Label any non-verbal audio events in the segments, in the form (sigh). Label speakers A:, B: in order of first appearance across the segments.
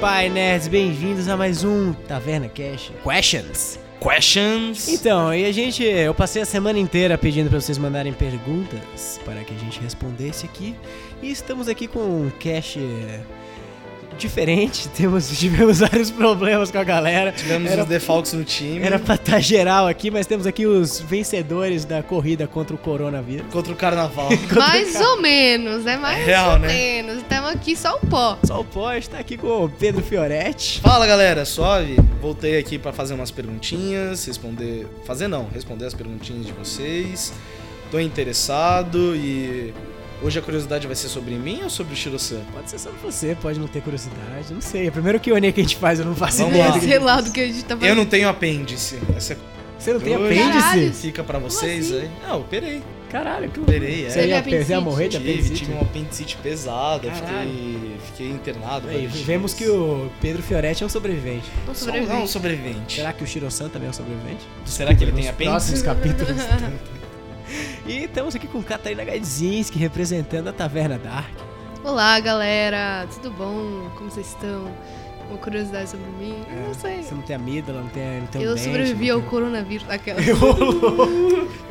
A: Vai, Ah, nerds, bem-vindos a mais um Taverna Cash Questions.
B: Questions.
A: Então, e a gente, eu passei a semana inteira pedindo pra vocês mandarem perguntas para que a gente respondesse aqui. E estamos aqui com um cache diferente. (laughs) Temos tivemos vários problemas com a galera.
B: Tivemos
A: Era-
B: os defaults no time.
A: Era pra estar geral aqui, mas temos aqui os vencedores da corrida contra o coronavírus.
B: Contra o carnaval.
C: Mais ou menos, né? Mais
B: Real,
C: ou
B: né?
C: menos. Estamos aqui só o pó.
A: Só o pó está aqui com o Pedro Fioretti.
B: Fala galera, suave? Voltei aqui pra fazer umas perguntinhas, responder. Fazer não, responder as perguntinhas de vocês. Tô interessado e. Hoje a curiosidade vai ser sobre mim ou sobre o Shiro-san?
A: Pode ser sobre você, pode não ter curiosidade, não sei. É o primeiro que que a gente faz, eu não faço
B: Vamos
A: ideia.
B: lá.
A: do que- é
C: Sei lá do que a gente tá
B: Eu
C: fazendo.
B: não tenho apêndice. Essa é
A: Você não tem
B: Dois.
C: Caralho.
A: apêndice? assim?
B: fica pra vocês aí. Ah, eu operei.
A: Caralho, que
B: Operei, é.
A: Você ia,
C: Teve
A: você ia
C: apendicite?
A: morrer de
B: Tive,
A: apendicite?
B: tive um apendicite pesado,
A: Caralho.
B: fiquei, fiquei internado.
A: Aí,
B: vários
A: vemos que
B: dias.
A: o Pedro Fioretti é um sobrevivente.
C: Não
B: Só um- não, um
C: sobrevivente.
B: sobrevivente.
A: Será que o Shiro-san também é um sobrevivente?
B: Será que ele tem
A: Nos
B: apêndice?
A: próximos capítulos.
B: (laughs)
A: e estamos aqui com Catarina Gadzinski, representando a Taverna Dark.
C: Olá, galera. Tudo bom? Como vocês estão? Uma curiosidade sobre mim? Eu não sei.
A: Você não tem amígdala, não tem, não tem um
C: É. Eu
A: dente,
C: sobrevivi
A: não
C: ao
A: tem-
C: coronavírus. Aquela.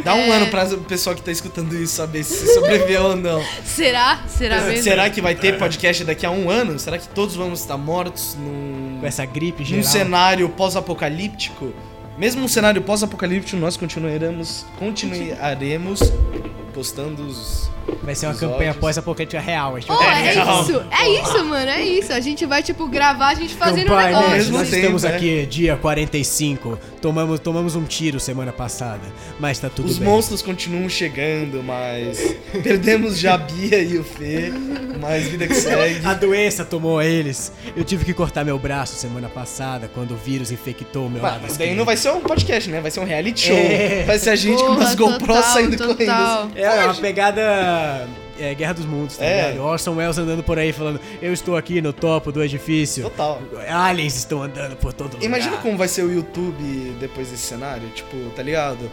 B: Dá um
C: É.
B: ano pra o pessoal que tá escutando isso saber se sobreviveu ou
C: (laughs)
B: não.
C: Será? Será mesmo?
B: Será que vai ter podcast daqui a um ano? Será que todos vamos estar mortos num,
A: Com essa gripe
B: num
A: geral.
B: cenário pós-apocalíptico? Mesmo um cenário pós-apocalíptico, nós continuaremos, continuaremos postando os.
A: Vai ser uma
B: Episódios.
A: campanha pós-apocalíptica real. A gente
C: Pô, é,
A: vai
B: real.
C: isso. É isso, mano. É isso. A gente vai, tipo, gravar a gente fazendo um
A: Campanha,
C: negócio.
B: mesmo
A: Então, nós
B: tempo,
A: estamos
B: né?
A: aqui dia 45. Tomamos, tomamos um tiro semana passada, mas tá tudo
B: os
A: bem.
B: monstros continuam chegando, mas. Perdemos já a Bia e o Fê, mas vida que
A: (laughs)
B: segue.
A: A doença tomou eles. Eu tive que cortar meu braço semana passada quando o vírus infectou o meu lado.
B: Mas daí não vai ser um podcast, né? Vai ser um reality show.
A: É.
B: Vai ser a gente com
C: Porra,
B: umas GoPros
C: total,
B: saindo
C: total.
B: correndo. assim.
A: É uma pegada. É, Guerra dos Mundos, tá
B: É.
A: ligado? Orson Welles andando por aí falando: Eu estou aqui no topo do edifício.
B: Total.
A: Aliens estão andando por todo lugar.
B: Imagina como vai ser o YouTube depois desse cenário, tipo, tá ligado?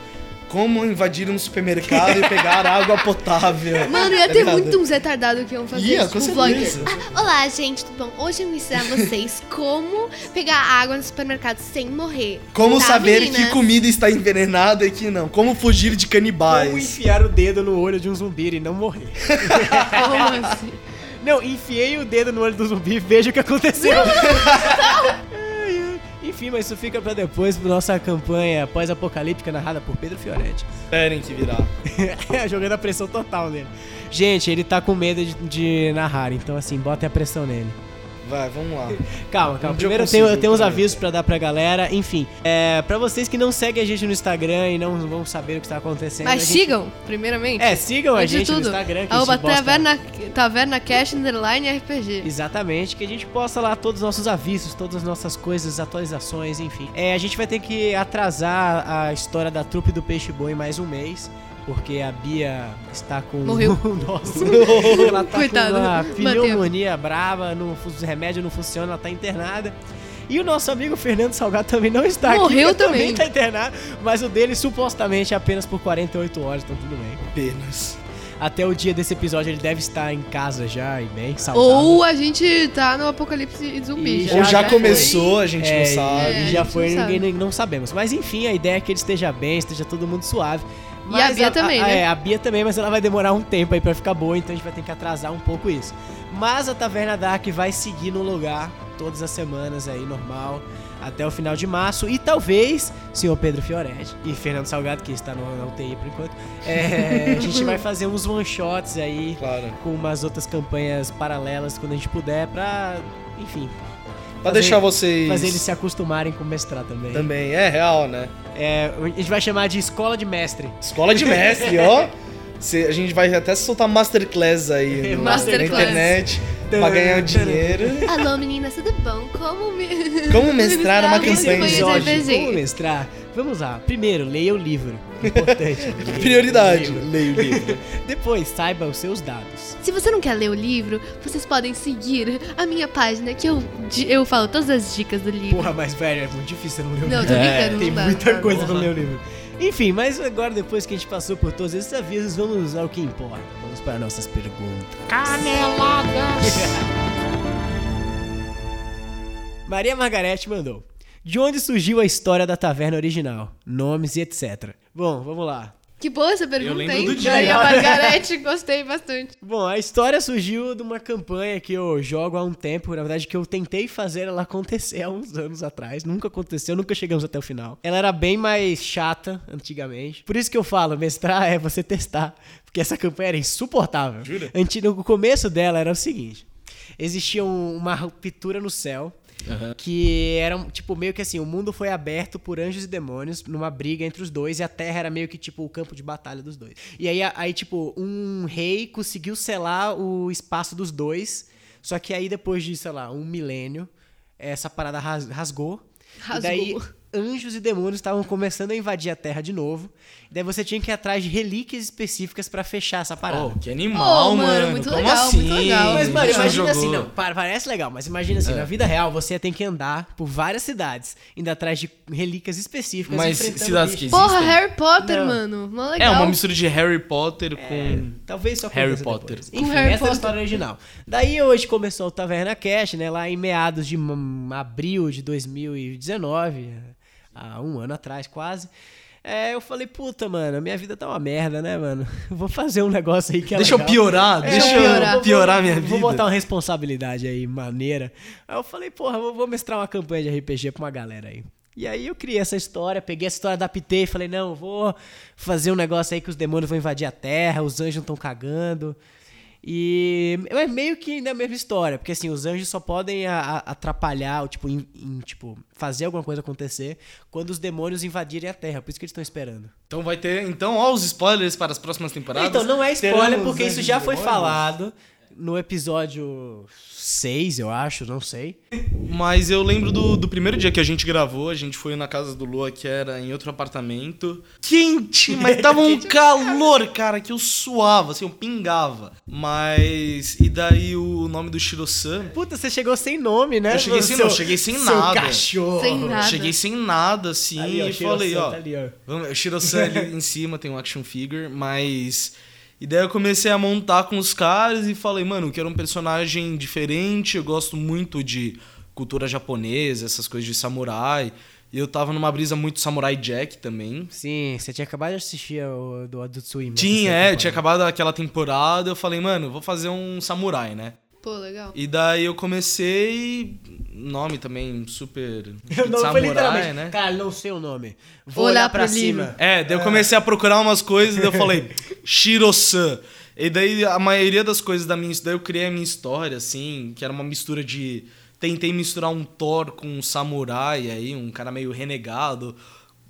B: Como invadir um supermercado
A: (laughs)
B: e pegar água potável.
C: Mano, ia
B: tá
C: ter
B: ligado?
C: muito uns retardados que iam fazer
B: Ia,
C: isso
B: com
C: com vlog.
B: certeza.
C: Ah, olá, gente, tudo bom? Hoje eu vou ensinar vocês (laughs) como pegar água no supermercado sem morrer.
B: Como
C: Tá,
B: saber
C: meninas?
B: que comida está envenenada e que não. Como fugir de canibais.
A: Como enfiar o dedo no olho de um zumbi e não morrer.
C: (laughs) Como assim?
A: Não, enfiei o dedo no olho do zumbi (laughs) e veja o que aconteceu. Ai, ai. (laughs) Enfim, mas isso fica pra depois, pra nossa campanha pós-apocalíptica narrada por Pedro Fioretti. (laughs)
B: Esperem que virá.
A: Jogando a pressão total nele. Gente, ele tá com medo de, de narrar, então assim, botem a pressão nele.
B: Vai,
A: (laughs)
B: vamos lá.
A: Calma,
B: dia eu
A: calma. Primeiro eu
B: consigo,
A: tenho, eu tenho uns
B: cara.
A: avisos pra dar pra galera. Enfim, é, pra vocês que não seguem a gente no Instagram e não vão saber o que tá acontecendo.
C: Mas
A: a gente-
C: sigam, primeiramente.
A: É, sigam a
C: Antes de
A: gente no
C: tudo,
A: Instagram. Que a
C: Arroba
A: gente posta-
C: taverna, taverna Cash Underline RPG.
A: Exatamente, que a gente posta lá todos os nossos avisos, todas as nossas coisas, atualizações, enfim. É, a gente vai ter que atrasar a história da trupe do Peixe Boi mais um mês. Porque a Bia está com. (laughs)
C: Morreu. (laughs)
A: Nossa. ela tá
C: Coitada,
A: com uma
C: bateu.
A: pneumonia brava, não, os remédios não funcionam, ela tá internada. E o nosso amigo Fernando Salgado também não está aqui.
C: Morreu
A: porque também.
C: também.
A: tá internado, mas o dele supostamente é apenas por 48 horas, então tudo bem.
B: Apenas.
A: Até o dia desse episódio ele deve estar em casa já e bem, saudável.
C: Ou a gente tá no apocalipse zumbi.
A: E
B: Ou já
A: já né?
B: começou, a gente
A: É,
B: não sabe.
C: É, a
A: E
C: gente
A: já
C: não
A: foi,
C: sabe.
A: ninguém não, sabemos. Mas enfim, a ideia é que ele esteja bem, esteja todo mundo suave.
C: E
A: Mas
C: a Bia também, né?
A: É, a Bia também, mas ela vai demorar um tempo aí pra ficar boa, então a gente vai ter que atrasar um pouco isso. Mas a Taverna Dark vai seguir no lugar todas as semanas aí, normal, até o final de março. E talvez, senhor Pedro Fioretti e Fernando Salgado, que está no, na UTI por enquanto,
C: (laughs)
A: é, a gente vai fazer uns one-shots aí
B: Claro.
A: com umas outras campanhas paralelas quando a gente puder pra, enfim,
B: Pra deixar vocês.
A: fazer eles se acostumarem com mestrar também.
B: (laughs) Também é real, né?
A: É, a gente vai chamar de escola de mestre.
B: Escola de mestre, ó. Cê- a gente vai até soltar
A: (laughs)
B: masterclass aí no-
C: Masterclass.
B: na internet pra ganhar o dinheiro.
C: Alô, meninas, tudo bom? Como me...
B: Como
C: (laughs)
B: mestrar uma
C: Esse foi
B: campanha?
C: episódio.
A: Como mestrar? Vamos lá. Primeiro, leia o livro.
C: (laughs)
A: Importante. Leia o
B: Prioridade.
A: livro.
B: Leio o livro.
A: Depois, saiba os seus dados.
C: Se você não quer ler o livro, vocês podem seguir a minha página, que eu, di- eu falo todas as dicas do livro.
A: Porra, mas velho, é muito difícil não ler o
C: Não,
A: livro.
C: tô
B: É,
C: brincando,
A: Tem
C: não dá.
A: muita coisa pra
B: Porra.
A: ler o livro. Enfim, mas agora, depois que a gente passou por todos esses avisos, vamos ao que importa. Vamos para nossas perguntas.
D: Caneladas.
A: Maria Margarete mandou. De onde surgiu a história da taverna original? Nomes e etc. Bom, vamos lá.
C: Que boa essa pergunta,
B: lembro
C: hein?
B: do dia.
C: Maria Margarete, gostei bastante.
A: Bom, a história surgiu de uma campanha que eu jogo há um tempo, na verdade que eu tentei fazer ela acontecer há uns anos atrás, nunca aconteceu, nunca chegamos até o final. Ela era bem mais chata antigamente. Por isso que eu falo, mestrar é você testar, porque essa campanha era insuportável.
B: Jura?
A: Anti- no começo dela era o seguinte: existia um- uma ruptura no céu. Que era, um- tipo, meio que assim, o mundo foi aberto por anjos e demônios numa briga entre os dois, e a Terra era meio que, tipo, o campo de batalha dos dois. E aí, a- aí tipo, um rei conseguiu selar o espaço dos dois, só que aí depois de, sei lá, um milênio, essa parada ras- rasgou.
C: Rasgou.
A: E daí, anjos e demônios estavam começando a invadir a Terra de novo. E daí você tinha que ir atrás de relíquias específicas pra fechar essa parada.
B: Oh, que animal,
C: Oh, mano,
B: mano.
C: muito
B: Como
C: legal,
B: assim?
C: muito legal.
A: Mas, mano,
B: Bicho,
A: imagina
B: jogou. É.
A: assim, não, pa- parece legal, mas imagina assim, na vida real você tem que andar por várias cidades, indo atrás de relíquias específicas.
B: Mas
A: enfrentando
B: cidades que
A: bichos.
C: Porra,
B: existem?
C: Harry Potter,
A: Não.
C: mano. Mó
B: É
C: legal.
B: uma mistura de Harry Potter com.
A: Talvez só
B: Harry
A: aconteça
B: Potter.
A: depois. Enfim,
C: Com Harry
A: essa era a
C: Potter.
A: história original. Daí hoje começou o Taverna Cash, né? Lá em meados de hum, abril de 2019, há um ano atrás quase. É, eu falei, puta, mano, minha vida tá uma merda, né, mano? (laughs) Eu Vou fazer um negócio aí que é
B: Deixa eu
A: legal.
B: piorar,
A: É,
B: deixa eu
A: vou-
B: piorar,
A: vou-
B: minha vida.
A: Vou botar uma responsabilidade aí, maneira. Aí eu falei, porra, vou, vou mestrar uma campanha de RPG pra uma galera aí. E aí eu criei essa história, peguei essa história, adaptei e falei, não, eu vou fazer um negócio aí que os demônios vão invadir a Terra, os anjos estão cagando. E é meio que ainda a mesma história, porque assim, os anjos só podem a- a- atrapalhar, ou, tipo, em- em, tipo, fazer alguma coisa acontecer quando os demônios invadirem a Terra, por isso que eles estão esperando.
B: Então vai ter. Então, ó, os spoilers para as próximas temporadas.
A: Então, não é spoiler,
B: Teremos
A: porque isso
B: anjos
A: já
B: e
A: foi
B: demônios.
A: falado no episódio 6, eu acho, não sei.
B: Mas eu lembro do, do primeiro dia que a gente gravou, a gente foi na casa do Lua, que era em outro apartamento. Quente,
A: (laughs)
B: mas tava um calor, cara, que eu suava, assim, eu pingava. Mas. E daí o nome do Shiro-san.
A: Puta, você chegou sem nome, né?
B: Eu cheguei
A: Seu-
B: sem nome, cheguei sem
A: seu
B: nada.
A: cachorro. Tá
C: Sem nada.
B: Cheguei sem nada, assim,
A: Ali, ó,
B: e
A: cheirou
B: falei,
A: santo
B: ó.
A: ali, ó.
B: Vamos, o Shiro-san ali em cima tem um action figure, mas. E daí eu comecei a montar com os caras e falei, mano, eu quero um personagem diferente, eu gosto muito de cultura japonesa, essas coisas de samurai. E eu tava numa brisa muito samurai jack também.
A: Sim, você tinha acabado de assistir o do Adult Swim. né?
B: Tinha,
A: Você
B: é,
A: acompanha.
B: tinha acabado aquela temporada, eu falei, mano, vou fazer um samurai, né?
C: Pô, legal.
B: E daí eu comecei. Nome também super.
A: O (laughs) nome foi
B: samurai,
A: literalmente,
B: né?
A: cara, não sei o nome. Vou
C: Olhar
A: olhar pra
C: pro
A: cima.
C: livro.
B: É, daí eu comecei a procurar umas coisas, daí eu falei, Shiro-san. E daí a maioria das coisas da minha daí eu criei a minha história, assim, que era uma mistura de. Tentei misturar um Thor com um samurai aí, um cara meio renegado,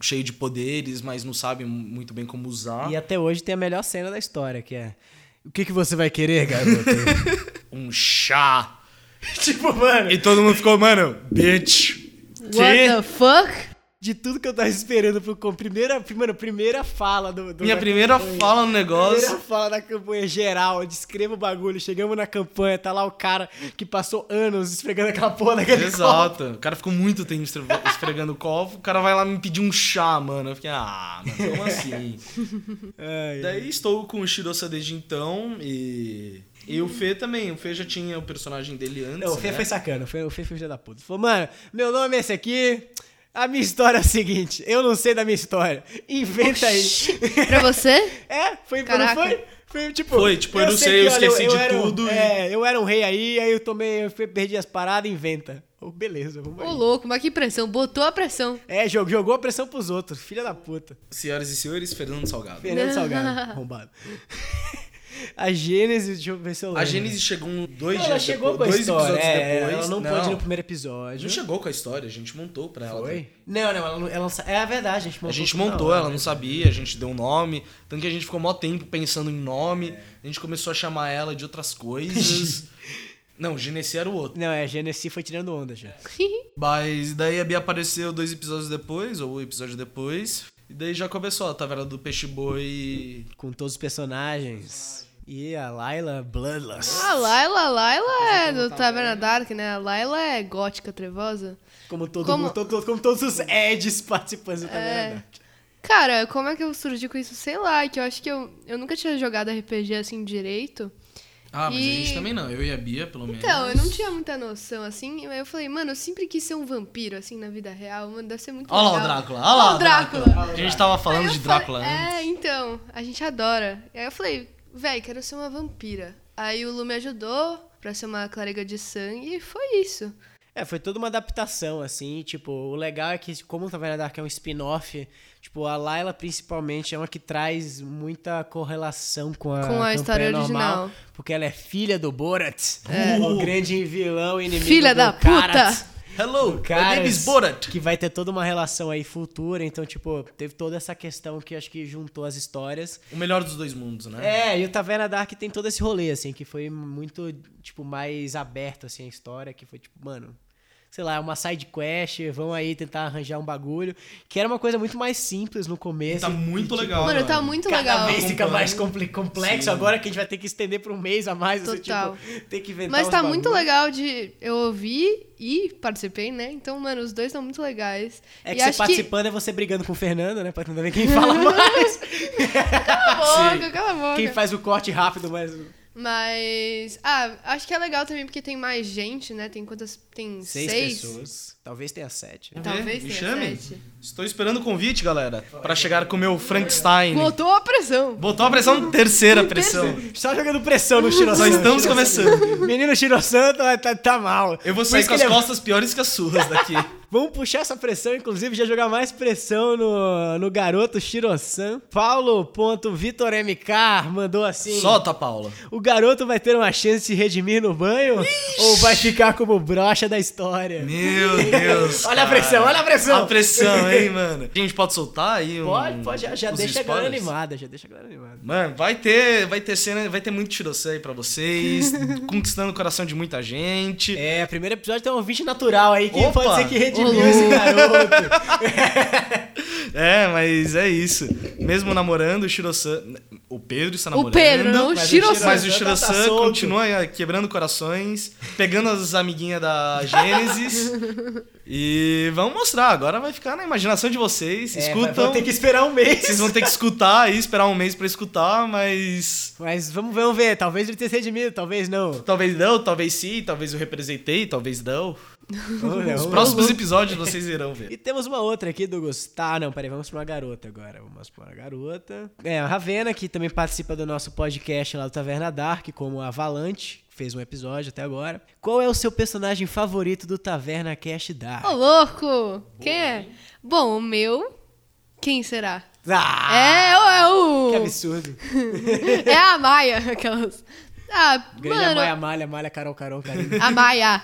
B: cheio de poderes, mas não sabe muito bem como usar.
A: E até hoje tem a melhor cena da história, que é... O que, que você vai querer, garoto? (laughs)
B: Um chá.
A: tipo, mano...
B: E todo mundo ficou, mano, bitch.
C: What the fuck?
A: De tudo que eu tava esperando pro... com- Primeira, primeira, primeira fala do... do
B: Minha
A: da
B: primeira
A: campanha.
B: fala no negócio.
A: Primeira fala da campanha geral, descreva o bagulho. Chegamos na campanha, tá lá o cara que passou anos esfregando aquela porra daquele copo.
B: Exato. O cara ficou muito tempo estre- esfregando o copo. O cara vai lá me pedir um chá, mano. Eu fiquei, ah, mano, como assim?
A: (laughs) Ai,
B: Daí estou com o Shirosa desde então e. E o Fê também. O Fê já tinha o personagem dele antes.
A: Não, o Fê
B: né?
A: foi sacana, foi, o Fê foi filho da puta. Falou, mano, meu nome é esse aqui, a minha história é a seguinte, eu não sei da minha história, inventa aí.
B: (laughs)
C: Pra você?
A: (laughs) É, foi,
C: Caraca.
A: não foi? Foi tipo.
B: Foi, tipo, eu não sei, eu esqueci de
A: era um-
B: tudo e-
A: é, eu era um rei aí, aí eu tomei, eu fui- perdi as paradas, inventa. Oh, beleza, vamos
C: Ô,
A: aí.
C: louco, mas que pressão. Botou a pressão. (laughs)
A: É, jogou, jogou a pressão pros outros, filha da puta.
B: Senhoras e senhores, Fernando Salgado.
A: Fernando
C: (laughs)
A: Salgado, arrombado. (laughs) A Gênesis, deixa eu ver se eu lembro.
B: A Gênesis chegou um- dois
A: ela
B: dias
A: chegou
B: depois,
A: com a
B: dois
A: história,
B: episódios
A: é,
B: depois.
A: ela não, pôde ir no primeiro episódio.
B: Não chegou com a história, a gente montou pra ela.
A: Foi? Não, não, ela, não- ela não sa- é a verdade, a gente montou.
B: A gente
A: tudo na
B: montou,
A: hora,
B: ela
A: né?
B: não sabia, a gente deu um nome. Tanto que a gente ficou mó tempo pensando em nome.
A: É.
B: A gente começou a chamar ela de
A: (laughs)
B: outras coisas. não, Genesi era o outro.
A: Não, é, a Gênesis foi tirando onda já.
B: Mas daí a Bia apareceu dois episódios depois, ou um episódio depois. E daí já começou a Taverna do Peixe Boi.
A: Com todos os personagens. E a Laila Bloodlust.
C: A Laila, a Laila é do Taverna Dark, né? A Laila é gótica, trevosa.
A: Como todo
C: Como- É.
A: mundo, todo- todo- como todos os Eds é participantes do Taverna Dark.
C: Cara, como é que eu surgi com isso? Sei lá, que eu acho que eu, eu nunca tinha jogado RPG assim direito.
B: Ah, mas a
C: E-
B: gente também não. Eu e a Bia, pelo menos.
C: Então, eu não tinha muita noção, assim. Aí eu falei, mano, eu sempre quis ser um vampiro, assim, na vida real. Mano, deve ser muito
B: Olha lá o
C: legal.
B: Drácula. Olha lá
C: Olha o Drácula.
B: Ah, tá. A gente tava falando
C: Aí eu
B: de Drácula
C: falei,
B: antes.
A: né?
C: É, então, a gente adora. Aí eu falei, véi, quero ser uma vampira. Aí o Lu me ajudou pra ser uma clarega de sangue e foi isso.
A: É, foi toda uma adaptação, assim, tipo, o legal é que, como o Taverna Dark é um spin-off, tipo, a Layla principalmente é uma que traz muita correlação com a,
C: Com a
A: campanha
C: história
A: normal,
C: original. É.
A: porque ela é filha do Borat, (laughs) o grande vilão inimigo
C: Filha
A: do
C: da
A: Karatz,
C: puta!
B: Hello, my
A: Caras
B: name is Borat.
A: que vai ter toda uma relação aí futura, então, tipo, teve toda essa questão que acho que juntou as histórias.
B: O melhor dos dois mundos, né?
A: É, e o Taverna Dark tem todo esse rolê, assim, que foi muito, tipo, mais aberto, assim, a história, que foi, tipo, mano, sei lá, uma side quest, vão aí tentar arranjar um bagulho, que era uma coisa muito mais simples no começo.
B: Tá
A: tipo
B: muito legal.
C: Mano, tá muito
A: Cada
C: legal.
A: vez fica
B: Acompanho.
A: mais compli- complexo,
B: Sim.
A: agora que a gente vai ter que estender por um mês a mais, você,
C: Total.
A: tipo, tem que inventar
C: Mas
A: uns
C: tá muito
A: bagulho.
C: legal de eu ouvi e participei, né? Então, mano, os dois estão muito legais.
A: É
C: e
A: que você
C: acho
A: participando é você brigando com o Fernando, né? Pra tentar ver quem
C: (laughs)
A: fala mais,
C: que. Cala a boca, cala a boca.
A: quem faz o corte rápido, mas...
C: Mas. Ah, acho que é legal também porque tem mais gente, né? Tem quantas. Tem seis?
A: pessoas. Talvez tenha sete. né?
C: Talvez
B: Me
C: tenha
B: chame.
C: sete.
B: Estou esperando o convite, galera, pra chegar com o meu Frankenstein.
C: Botou a pressão.
B: Botou a pressão, terceira pressão.
A: Só jogando pressão no Shiro
B: Só
A: Santo.
B: estamos
A: Shiro Santo.
B: começando.
A: Menino Shiro Santo ah, tá, tá mal.
B: Eu vou
A: Por
B: sair
A: isso
B: com
A: que
B: as
A: ele é-
B: costas piores que as suas
A: (laughs)
B: daqui.
A: Vamos puxar essa pressão, inclusive, já jogar mais pressão no, no garoto Shiro-san. Paulo.VitorMK mandou assim:
B: Solta, Paula.
A: O garoto vai ter uma chance de se redimir no banho? Ou vai ficar como brocha da história?
B: Meu
A: (laughs)
B: Deus.
A: Olha a pressão, olha a pressão.
B: A pressão, hein, mano. A gente pode soltar aí um,
A: Pode, pode, já, já
B: uns
A: deixa a galera
B: spoilers?
A: animada, já deixa a galera animada.
B: Mano, vai ter, vai ter cena, vai ter muito tiroceio aí pra vocês, (laughs) conquistando o coração de muita gente.
A: É, primeiro episódio tem um ouvinte natural aí que
B: Opa!
A: pode ser que redimiu
C: Ô,
A: esse garoto.
B: (laughs) É, mas é isso. Mesmo namorando, o Shirosan. O Pedro está
C: O
B: namorando.
C: Pedro, não o
B: mas
C: Shirosan.
B: Mas o
A: Shirosan tá- tá
B: Shirosan
A: solto.
B: continua eh, quebrando corações, pegando as amiguinhas da
A: (laughs)
B: Gênesis. e vamos mostrar. Agora vai ficar na imaginação de
A: É,
B: vocês. Escutam.
A: Tem que esperar um mês.
B: Vocês vão ter que escutar aí, esperar um mês pra escutar, mas.
A: Mas vamos, vamos ver, talvez ele tenha se redimido, talvez não.
B: Talvez não, talvez sim, talvez eu representei, talvez não.
A: Ou não.
B: Os próximos episódios vocês
A: (laughs)
B: irão ver.
A: E temos uma outra aqui do Gustavo. Ah, não, peraí, vamos pra uma garota agora. Vamos pra uma garota. É, a Ravena, que também participa do nosso podcast lá do Taverna Dark, como a Valante, que fez um episódio até agora. Qual é o seu personagem favorito do Taverna Cast Dark?
C: Ô, louco! Quem é? Bom, o meu. Quem será?
A: Ah,
C: É, ou é o.
A: que absurdo.
C: É a Maia, aquelas. Ah,
A: Grande
C: mano.
A: Amalha, Malha, Malha, Carol, Carol, Carol.
C: A Maia.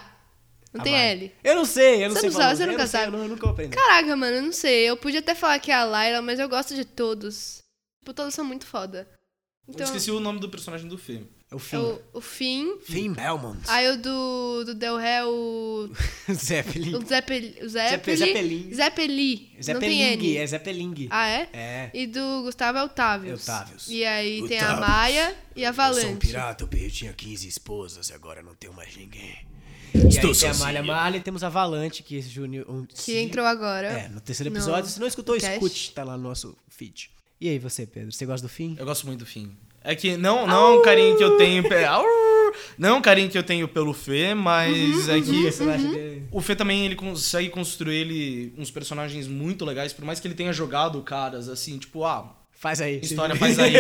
C: Não
A: A
C: tem
A: Maia.
C: L.
A: Eu não sei, eu não
C: Você
A: sei.
C: não sabe,
A: falar
C: você
A: o nome,
C: nunca
A: eu não sei,
C: sabe.
A: Eu não- eu nunca vou aprender.
C: Caraca, mano, eu não sei. Eu podia até falar que é a Laila, mas eu gosto de todos. Tipo, todos são muito foda. Então,
B: Esqueci o nome do personagem do filme.
A: É o
C: é
A: Finn.
C: o, o Finn.
A: Finn Belmont. (laughs)
C: Aí o do, do Del Rey, o.
A: Zeppelin. (laughs)
C: O Zeppeli. O
A: Zepe-
C: Zeppeli.
A: Zeppelin.
C: Zeppeli. Não tem
A: Zeppeling,
C: N.
A: é Zeppeling.
C: Ah, é?
A: É.
C: E do Gustavo é Otávios.
A: Otávios.
C: E aí tem a
A: Otávios.
C: Maia e a
A: Eu sou um
C: Valente.
A: pirata, eu tinha 15 esposas e agora não tenho mais ninguém. E aí tem a Malha Malha e temos a Valante, que esse junior... um-
C: que entrou agora.
A: É, no terceiro
C: no
A: episódio. Se não escutou,
C: cast.
A: escute. Tá lá no nosso feed. E aí você, Pedro? Você gosta do fim?
B: Eu gosto muito do Finn. É que não, não é um carinho que eu tenho. pe- Au! Não é um carinho que eu tenho pelo Fê, mas é
A: O
B: que.
A: personagem
C: Uhum.
A: dele...
B: O Fê também ele consegue construir ele uns personagens muito legais, por mais que ele tenha jogado caras assim, tipo, ah,
A: Faz aí.
B: (laughs) história faz aí.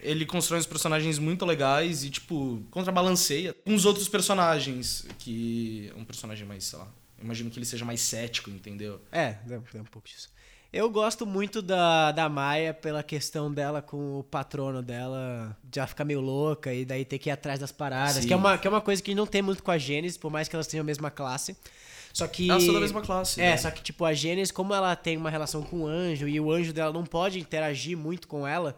B: Ele constrói uns personagens muito legais e, tipo, contrabalanceia com os outros personagens. Que é um personagem mais, sei lá. eu Imagino que ele seja mais cético, entendeu?
A: (laughs) É, dá, dá um pouco disso. Eu gosto muito da, da Maia pela questão dela com o patrono dela já ficar meio louca e daí ter que ir atrás das paradas.
B: Sim.
A: Que é, uma, que é uma coisa que não tem muito com a Gênesis, por mais que elas tenham a mesma classe. Só que.
B: Elas são da mesma classe.
A: É,
B: né?
A: só que, tipo, a Gênesis, como ela tem uma relação com o anjo e o anjo dela não pode interagir muito com ela,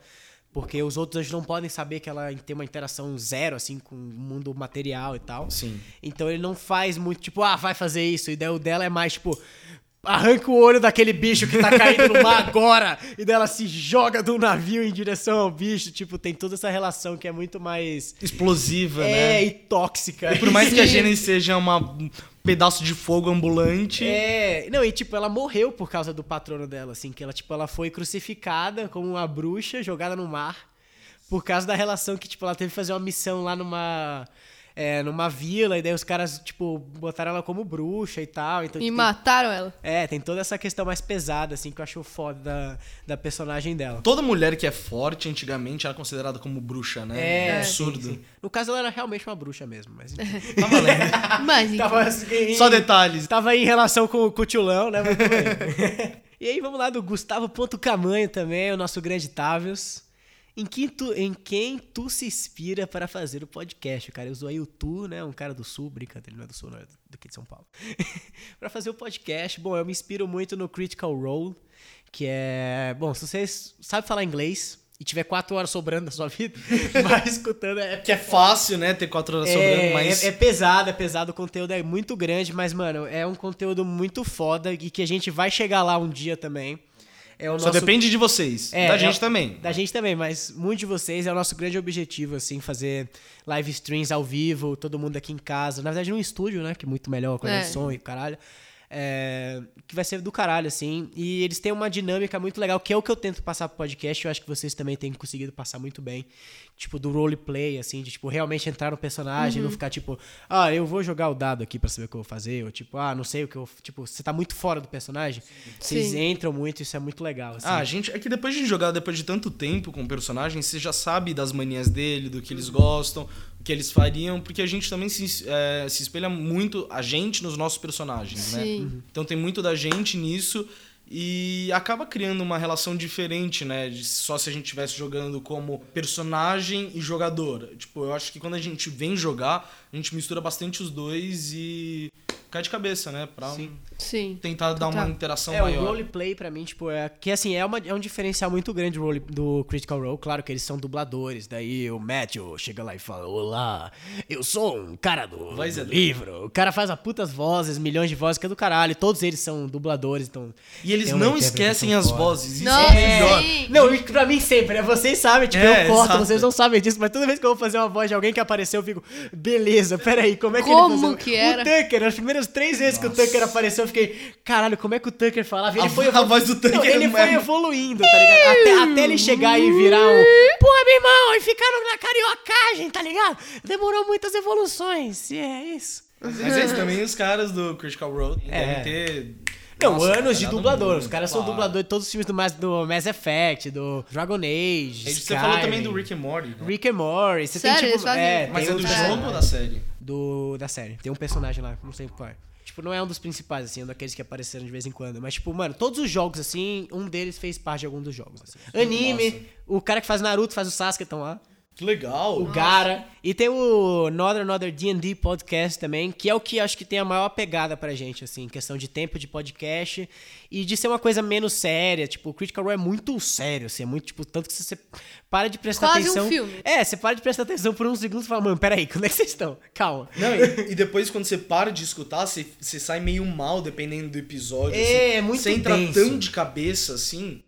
A: porque os outros anjos não podem saber que ela tem uma interação zero, assim, com o mundo material e tal.
B: Sim.
A: Então ele não faz muito, tipo, ah, vai fazer isso. E daí o dela é mais, tipo, arranca o olho daquele bicho que tá caindo no mar agora. E daí ela se joga do navio em direção ao bicho. Tipo, tem toda essa relação que é muito mais.
B: Explosiva, né?
A: É, e tóxica.
B: Por mais que a
A: Sim.
B: Gênesis seja uma- um pedaço de fogo ambulante.
A: É, não, e tipo, ela morreu por causa do patrono dela, assim, que ela, tipo, ela foi crucificada como uma bruxa jogada no mar. Por causa da relação que, tipo, ela teve que fazer uma missão lá numa. é, numa vila, e daí os caras, tipo, botaram ela como bruxa e tal. Então,
C: E
A: tipo, (laughs)
C: mataram ela.
A: É, tem toda essa questão mais pesada, assim, que eu acho foda da, da personagem dela.
B: Toda mulher que é forte antigamente era considerada como bruxa, né?
A: É,
B: absurdo.
A: sim, sim. No caso, ela era realmente uma bruxa mesmo, mas.
B: (laughs)
A: enfim.
B: Tá
A: (laughs)
B: valendo.
C: Mas, então,
A: Ah, tava, assim,
B: Só detalhes.
A: tava em relação com, o- com o Tilão, né? Mas tudo bem. e aí, vamos lá do Gustavo.camanho também, o nosso grande Távios. Em quem, tu, em quem tu se inspira para fazer o podcast? O cara usou aí o tu, né? Um cara do sul, brincadeira, ele não é do sul, não, é do- do que de São Paulo. (laughs) para fazer o podcast, bom, eu me inspiro muito no Critical Role, que é. Bom, se vocês sabem falar inglês e tiver quatro horas sobrando da sua vida, (laughs) vai escutando, é
B: Que é fácil, né? Ter quatro horas sobrando, mas.
A: é, é pesado, é pesado, o conteúdo é muito grande, mas, mano, é um conteúdo muito foda e que a gente vai chegar lá um dia também. É o
B: Só
A: nosso-
B: depende de vocês.
A: É,
B: da
A: é-
B: gente também.
A: Da gente também, mas muito de vocês é o nosso grande objetivo, assim, fazer live streams ao vivo, todo mundo aqui em casa. Na verdade, num estúdio, né? Que é muito melhor, com
C: É.
A: o som e caralho. É, que vai ser do caralho, assim. E eles têm uma dinâmica muito legal, que é o que eu tento passar pro podcast. Eu acho que vocês também têm conseguido passar muito bem. Tipo, do roleplay, assim, de tipo, realmente entrar no personagem,
C: Uhum.
A: não ficar tipo, ah, eu vou jogar o dado aqui pra saber o que eu vou fazer. Ou tipo, ah, não sei o que eu. Tipo, você tá muito fora do personagem. Vocês
C: Sim.
A: entram muito, isso é muito legal. Assim.
B: Ah, a gente, é que depois de jogar, depois de tanto tempo com o personagem, você já sabe das manias dele, do que eles
A: Uhum.
B: gostam, o que eles fariam, porque a gente também se, é, se espelha muito, a gente, nos nossos personagens, né?
C: sim.
B: Então tem muito da gente nisso e acaba criando uma relação diferente, né? de só se a gente estivesse jogando como personagem e jogador. Tipo, eu acho que quando a gente vem jogar, a gente mistura bastante os dois e cai de cabeça, né? Pra
A: Sim.
C: Sim.
B: tentar dar uma
C: Tá.
B: interação
A: É,
B: maior.
A: o roleplay pra mim, tipo, é que assim, é, uma, é um diferencial muito grande do, role- do Critical Role. Claro que eles são dubladores, daí o Matthew chega lá e fala: Olá, eu sou um cara do,
B: Voz
A: do
B: é do-
A: livro. O cara faz a putas vozes, milhões de vozes, que é do caralho. Todos eles são dubladores, então.
B: E eles
A: tem uma
B: não esquecem
A: interpretação
B: as
A: foda.
B: vozes. Isso
C: Não,
B: é o melhor.
C: sim.
A: Não, e pra mim sempre, né? Vocês sabem, tipo,
B: É,
A: eu corto,
B: exato.
A: vocês não sabem disso, mas toda vez que eu vou fazer uma voz de alguém que apareceu, eu fico, beleza, peraí, como é que
C: Como
A: ele fazia?
C: que era?
A: O Tucker, as primeiras três vezes que o Tucker apareceu, eu fiquei, caralho, como é que o Tucker falava? Ele
B: A
A: foi
B: vo- a voz do Tucker
A: Não, ele
B: é
A: foi
B: uma-
A: evoluindo, tá ligado? Até, até ele chegar e virar um. Pô, meu irmão, e ficaram na cariocagem, tá ligado? Demorou muitas evoluções, e é isso.
B: Mas eles também, os caras do Critical Role,
A: É.
B: devem ter.
A: Não,
B: Nossa, é
A: anos de
B: cada
A: dublador.
B: mundo,
A: Os caras são
B: claro.
A: dublador de todos os filmes do, Mas- do Mass Effect, do Dragon Age.
B: É Você falou também
A: Skyrim.
B: do Rick and Morty. né?
A: Rick and Morty. Você
C: Sério?
A: tem
C: Eles
A: tipo.
C: fazem-
A: É,
B: Mas é
A: tem
B: do
A: um
B: jogo
A: personagem
B: ou da série?
A: do- da série. Tem um personagem lá, não sei qual é. Tipo, não é um dos principais, assim, é um daqueles que apareceram de vez em quando. Mas, tipo, mano, todos os jogos, assim, um deles fez parte de algum dos jogos. assim. Anime, o cara que faz Naruto, faz o Sasuke, estão lá.
B: Que legal.
A: O Gara. E tem o Another Another D&D Podcast também, que é o que acho que tem a maior pegada pra gente, assim, em questão de tempo de podcast e de ser uma coisa menos séria. Tipo, o Critical Role é muito sério, assim, é muito, tipo, tanto que se você para de prestar
C: Quase um
A: atenção...
C: filme.
A: É, você para de prestar atenção por uns segundos e fala, mano, peraí, como é que vocês estão? Calma.
B: Não, e, e depois, quando você para de escutar, você, você sai meio mal, dependendo do episódio. assim.
A: É, é muito
B: Você entra
A: denso.
B: tão de cabeça, assim,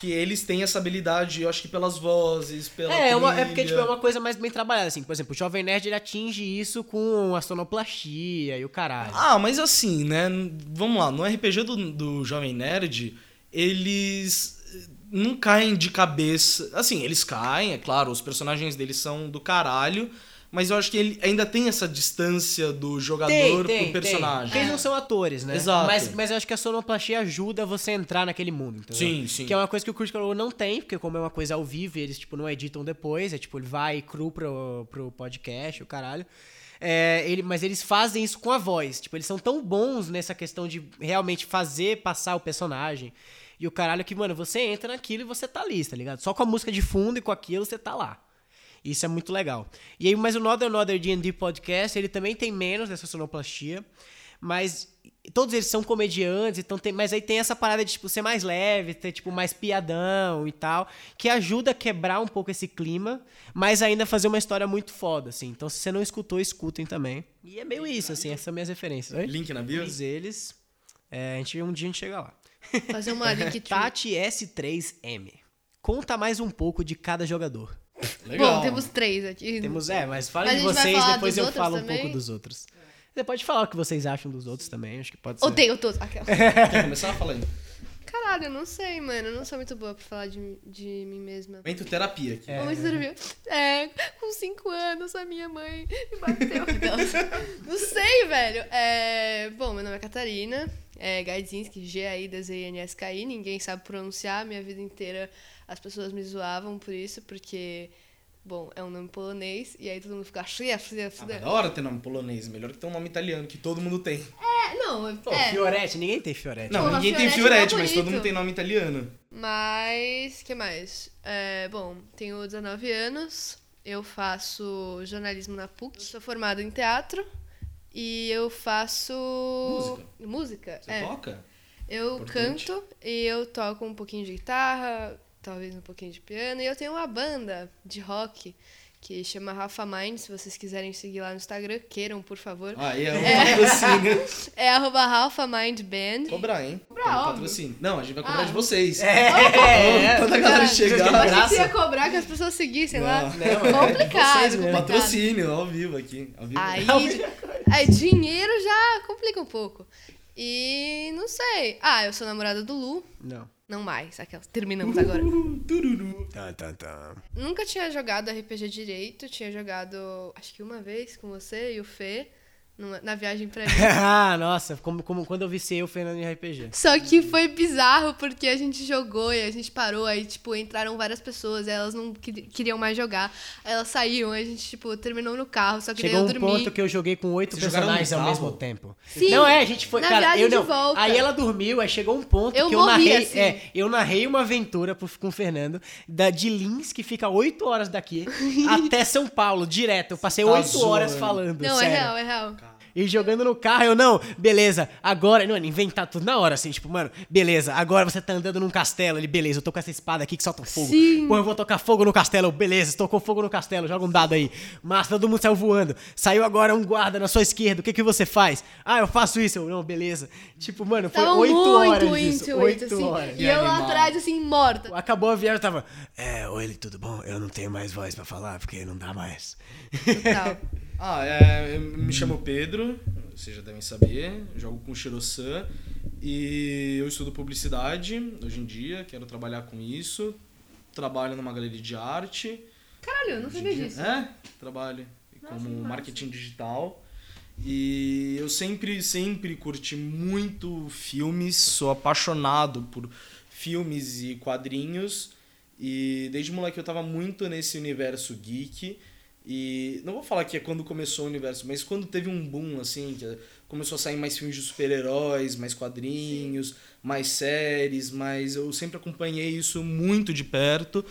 B: que eles têm essa habilidade, eu acho que pelas vozes, pela
A: É, é uma- é
B: trilha.
A: porque tipo, é uma coisa mais bem trabalhada, assim. Por exemplo, o Jovem Nerd ele atinge isso com a sonoplastia e o caralho.
B: Ah, mas assim, né? n- Vamos lá, no RPG do, do Jovem Nerd, eles eh, não caem de cabeça. Assim, eles caem, é claro, os personagens deles são do caralho, mas eu acho que ele ainda tem essa distância do jogador pro personagem. É.
A: Porque eles não são atores, né?
B: Exato.
A: Mas, mas eu acho que a sonoplastia ajuda você a entrar naquele mundo, entendeu?
B: Sim, sim.
A: Que é uma coisa que o Critical Role não tem, porque como é uma coisa ao vivo, e eles, tipo, não editam depois, é tipo, ele vai cru pro, pro podcast, o caralho. É, ele, mas eles fazem isso com a voz. Tipo, eles são tão bons nessa questão de realmente fazer passar o personagem. E o caralho que, mano, você entra naquilo e você tá ali, tá ligado? Só com a música de fundo e com aquilo você tá lá. Isso é muito legal. E aí, mas o Another Another D&D Podcast, ele também tem menos dessa sonoplastia, mas todos eles são comediantes, então tem, mas aí tem essa parada de tipo ser mais leve, ter tipo mais piadão e tal, que ajuda a quebrar um pouco esse clima, mas ainda fazer uma história muito foda assim. Então se você não escutou, escutem também. E é meio isso assim, essas são minhas referências. Oi?
B: Link na bio?
A: Todos eles. é, a gente um dia a gente chega lá. (laughs)
C: Fazer uma link
A: Tati S3M. Conta mais um pouco de cada jogador.
C: Bom, temos três aqui.
A: (laughs) Temos, é, mas fala
C: Mas
A: de
C: a gente vai
A: vocês,
C: falar
A: depois
C: dos
A: eu
C: outros
A: falo um
C: também?
A: pouco dos outros. (laughs) Você pode falar o que vocês acham dos outros também, acho que pode ser.
C: Odeio todos. Aquela.
B: Quer começar? Fala aí.
C: Caralho, eu não sei, mano. Eu não sou muito boa pra falar de, de mim mesma.
B: Momento terapia aqui.
A: É.
C: Como você dormiu? É, com 5 anos a minha mãe me bateu. Não, não sei, velho. É, bom, meu nome é Catarina. É Gaidzinski, G-A-I-D-Z-I-N-S-K-I. Ninguém sabe pronunciar. Minha vida inteira as pessoas me zoavam por isso, porque, bom, é um nome polonês. E aí todo mundo fica. "Shia, shia,
B: Ah,
C: shia".
B: mas da hora ter nome polonês, melhor que ter um nome italiano, que todo mundo tem.
C: É, não,
A: Pô,
C: é.
A: Fiorete, ninguém tem Fiorete.
B: Não,
C: Porra,
B: ninguém tem
C: Fiorelli é
B: Fiorete, mas todo
C: bonito.
B: mundo tem nome italiano.
C: Mas, que mais? É, bom, tenho 19 anos, eu faço jornalismo na PUC, sou formada em teatro e eu faço...
B: Música.
C: Música,
B: Você
C: é.
B: toca?
C: Eu
B: Importante.
C: canto e eu toco um pouquinho de guitarra, talvez um pouquinho de piano, e eu tenho uma banda de rock que chama Rafa Mind, se vocês quiserem seguir lá no Instagram, queiram, por favor.
B: Ah, e é um patrocínio.
C: É arroba Rafa Mind Band.
B: Cobrar, hein?
C: Cobrar,
B: Tem um
C: óbvio.
B: patrocínio. Não, a gente vai
C: Ah.
B: cobrar de vocês.
A: É,
B: Quando a galera
A: Vocês
B: chegar,
A: têm
C: Achei que você ia
A: graça.
C: cobrar que as pessoas seguissem lá.
B: Não. é
A: Não,
C: Complicado,
A: vocês mesmo.
C: complicado.
B: patrocínio, ao vivo aqui. Ao vivo.
C: Aí,
A: é
C: aí dinheiro já complica um pouco. E não sei. Ah, eu sou namorada do Lu.
A: Não.
C: Não mais, aquelas.
A: (laughs)
C: Terminamos agora.
B: Uh, Tururu. tá.
C: Nunca tinha jogado RPG direito. Tinha jogado, acho que uma vez com você e o Fê. numa- na viagem pra
A: (laughs)
C: mim.
A: ah, nossa, como, como quando eu viciei o Fernando em RPG.
C: Só que foi bizarro porque a gente jogou e a gente parou, aí, tipo, entraram várias pessoas, elas não que- queriam mais jogar, aí elas saíam, aí a gente, tipo, terminou no carro, só que
A: Chegou um
C: daí eu dormi.
A: ponto que eu joguei com oito
B: Vocês jogaram
A: personagens
B: no
A: ao
B: carro?
A: mesmo tempo.
C: Sim.
A: Não é, a gente foi.
C: Na
A: cara,
C: viagem
A: eu
C: de
A: não.
C: volta.
A: Aí ela dormiu, aí chegou um ponto
C: Eu
A: que eu
C: morri,
A: narrei.
C: assim.
A: É, eu narrei uma aventura pro- com o Fernando da, de Lins, que fica oito horas
C: (laughs)
A: daqui, até São Paulo, direto. Eu passei
B: Tá
A: oito horas
B: zoando.
A: falando.
C: Não, é
A: sério.
C: real, é real.
A: E jogando no carro, eu não, beleza, agora, mano, inventar tudo na hora, assim, tipo, mano, beleza, agora você tá andando num castelo, ele, beleza, eu tô com essa espada aqui que solta um fogo.
C: Sim.
A: Pô, eu vou tocar fogo no castelo, beleza, tocou fogo no castelo, joga um dado aí. Massa, todo mundo saiu voando. Saiu agora um guarda na sua esquerda, o que que você faz? Ah, eu faço isso, eu, não, beleza. Tipo, mano, foi
C: Tava
A: oito
C: muito
A: horas disso,
C: intuito,
A: oito
C: assim.
A: horas.
C: E eu lá
B: animal.
C: atrás,
B: (laughs)
C: assim, morta.
A: Acabou a viagem, eu tava, é, oi, ele, tudo bom? Eu não tenho mais voz pra falar, porque não dá mais.
C: Total.
B: Ah, é, eu me chamo Pedro, vocês já devem saber, jogo com o Shiro-san e eu estudo publicidade hoje em dia, quero trabalhar com isso, trabalho numa galeria de arte.
C: Caralho, eu não
B: hoje em
C: sabia
B: dia-
C: disso.
B: É, trabalho como marketing digital. E eu sempre, sempre curti muito filmes, sou apaixonado por filmes e quadrinhos. E desde moleque eu tava muito nesse universo geek. E não vou falar que é quando começou o universo, mas quando teve um boom, assim, que começou a sair mais filmes de super-heróis, mais quadrinhos, mais séries, mas eu sempre acompanhei isso muito de perto.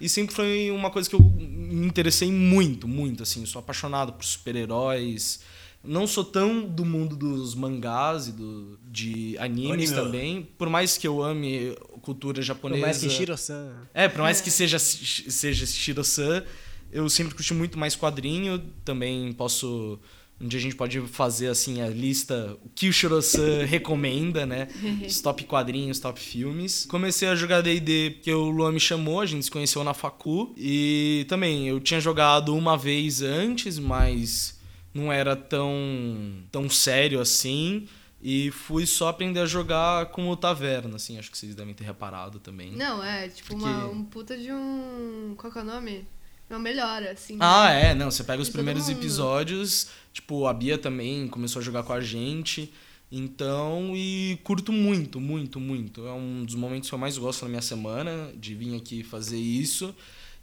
B: E sempre foi uma coisa que eu me interessei muito, muito, assim. Sou apaixonado por super-heróis. Não sou tão do mundo dos mangás e do, de animes
A: Anime.
B: também. Por mais que eu ame cultura
A: Por
B: japonesa.
A: mais que Shiro-san...
B: É, por mais que seja, seja Shiro-san, eu sempre curti muito mais quadrinho. Também posso. Um dia a gente pode fazer assim a lista, o que o Shiro-san recomenda, né? Os top quadrinhos, top filmes. Comecei a jogar DD porque o Luan me chamou, a gente se conheceu na Facu. E também, eu tinha jogado uma vez antes, mas não era tão, tão sério assim. E fui só aprender a jogar como taverna, assim, acho que vocês devem ter reparado também.
C: Não, é, tipo, uma,
B: Porque-
C: um puta de um. Qual que é o nome? Uma melhora, assim.
B: Ah, é, não, você pega os
C: De todo
B: primeiros
C: mundo.
B: episódios, tipo, a Bia também começou a jogar com a gente. Então, e curto muito, muito, muito. É um dos momentos que eu mais gosto na minha semana, de vir aqui fazer isso.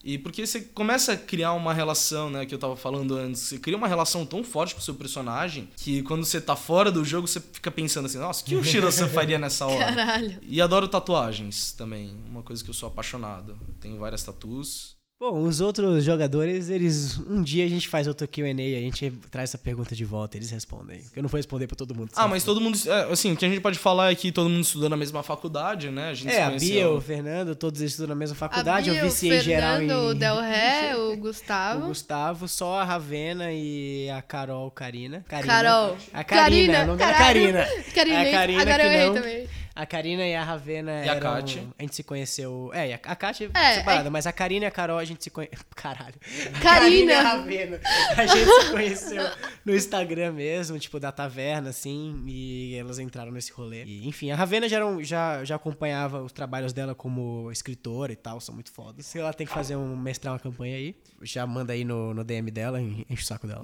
B: E porque você começa a criar uma relação, né, que eu tava falando antes, você cria uma relação tão forte com o seu personagem que quando você tá fora do jogo, você fica pensando assim, nossa, o que o
C: (laughs)
B: Shiro-san faria nessa hora?
C: Caralho.
B: E adoro tatuagens também, uma coisa que eu sou apaixonado. Tenho várias tatus.
A: Bom, os outros jogadores, eles. Um dia a gente faz outro QA, a gente traz essa pergunta de volta, eles respondem. Eu não vou responder pra todo mundo.
B: Ah, mas todo mundo. é, assim, o que a gente pode falar é que todo mundo estudou na mesma faculdade, né? A gente
A: É,
B: se
A: a
B: conheceu.
A: Bia, o Fernando, todos eles estudam na mesma faculdade,
C: a Bia,
A: eu viciei
C: o
A: geral em.
C: Fernando, o Del Ré, o
A: o
C: Gustavo.
A: Gustavo, só a Ravena e a Carol Karina. Karina.
C: Carol.
A: A Carina, o nome dela é
C: caralho.
A: Karina.
C: Karina.
A: É a Karina
C: Agora
A: que
C: eu errei
A: não-
C: também.
A: A Karina e a Ravena
B: E a
A: eram-
B: Kátia.
A: A gente se conheceu... É, e a, a Kátia
C: É,
A: separada, mas a Karina e a Carol a gente se conheceu... (laughs) Caralho. A e a
C: Karina!
A: Ravena. A gente se conheceu no Instagram mesmo, tipo, da taverna, assim, e elas entraram nesse rolê. E, enfim, a Ravena já, era um- já, já acompanhava os trabalhos dela como escritora e tal, são muito fodas. Se ela tem que fazer um mestrar uma campanha aí, já manda aí no, no DM dela, en- enche o saco
C: Hum.
A: dela.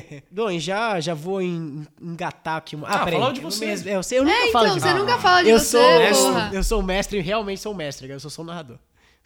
A: (laughs) Dom, já, já vou en- engatar aqui uma.
B: Ah,
A: peraí,
B: falava de
A: eu não
B: você.
A: mesmo- é, Eu, sei, eu nunca
C: É,
A: falo
C: então,
A: de
C: você
A: mim.
C: nunca fala de
A: eu
C: você,
A: sou
C: porra.
A: Eu sou o mestre, eu realmente sou o mestre, eu sou só um narrador.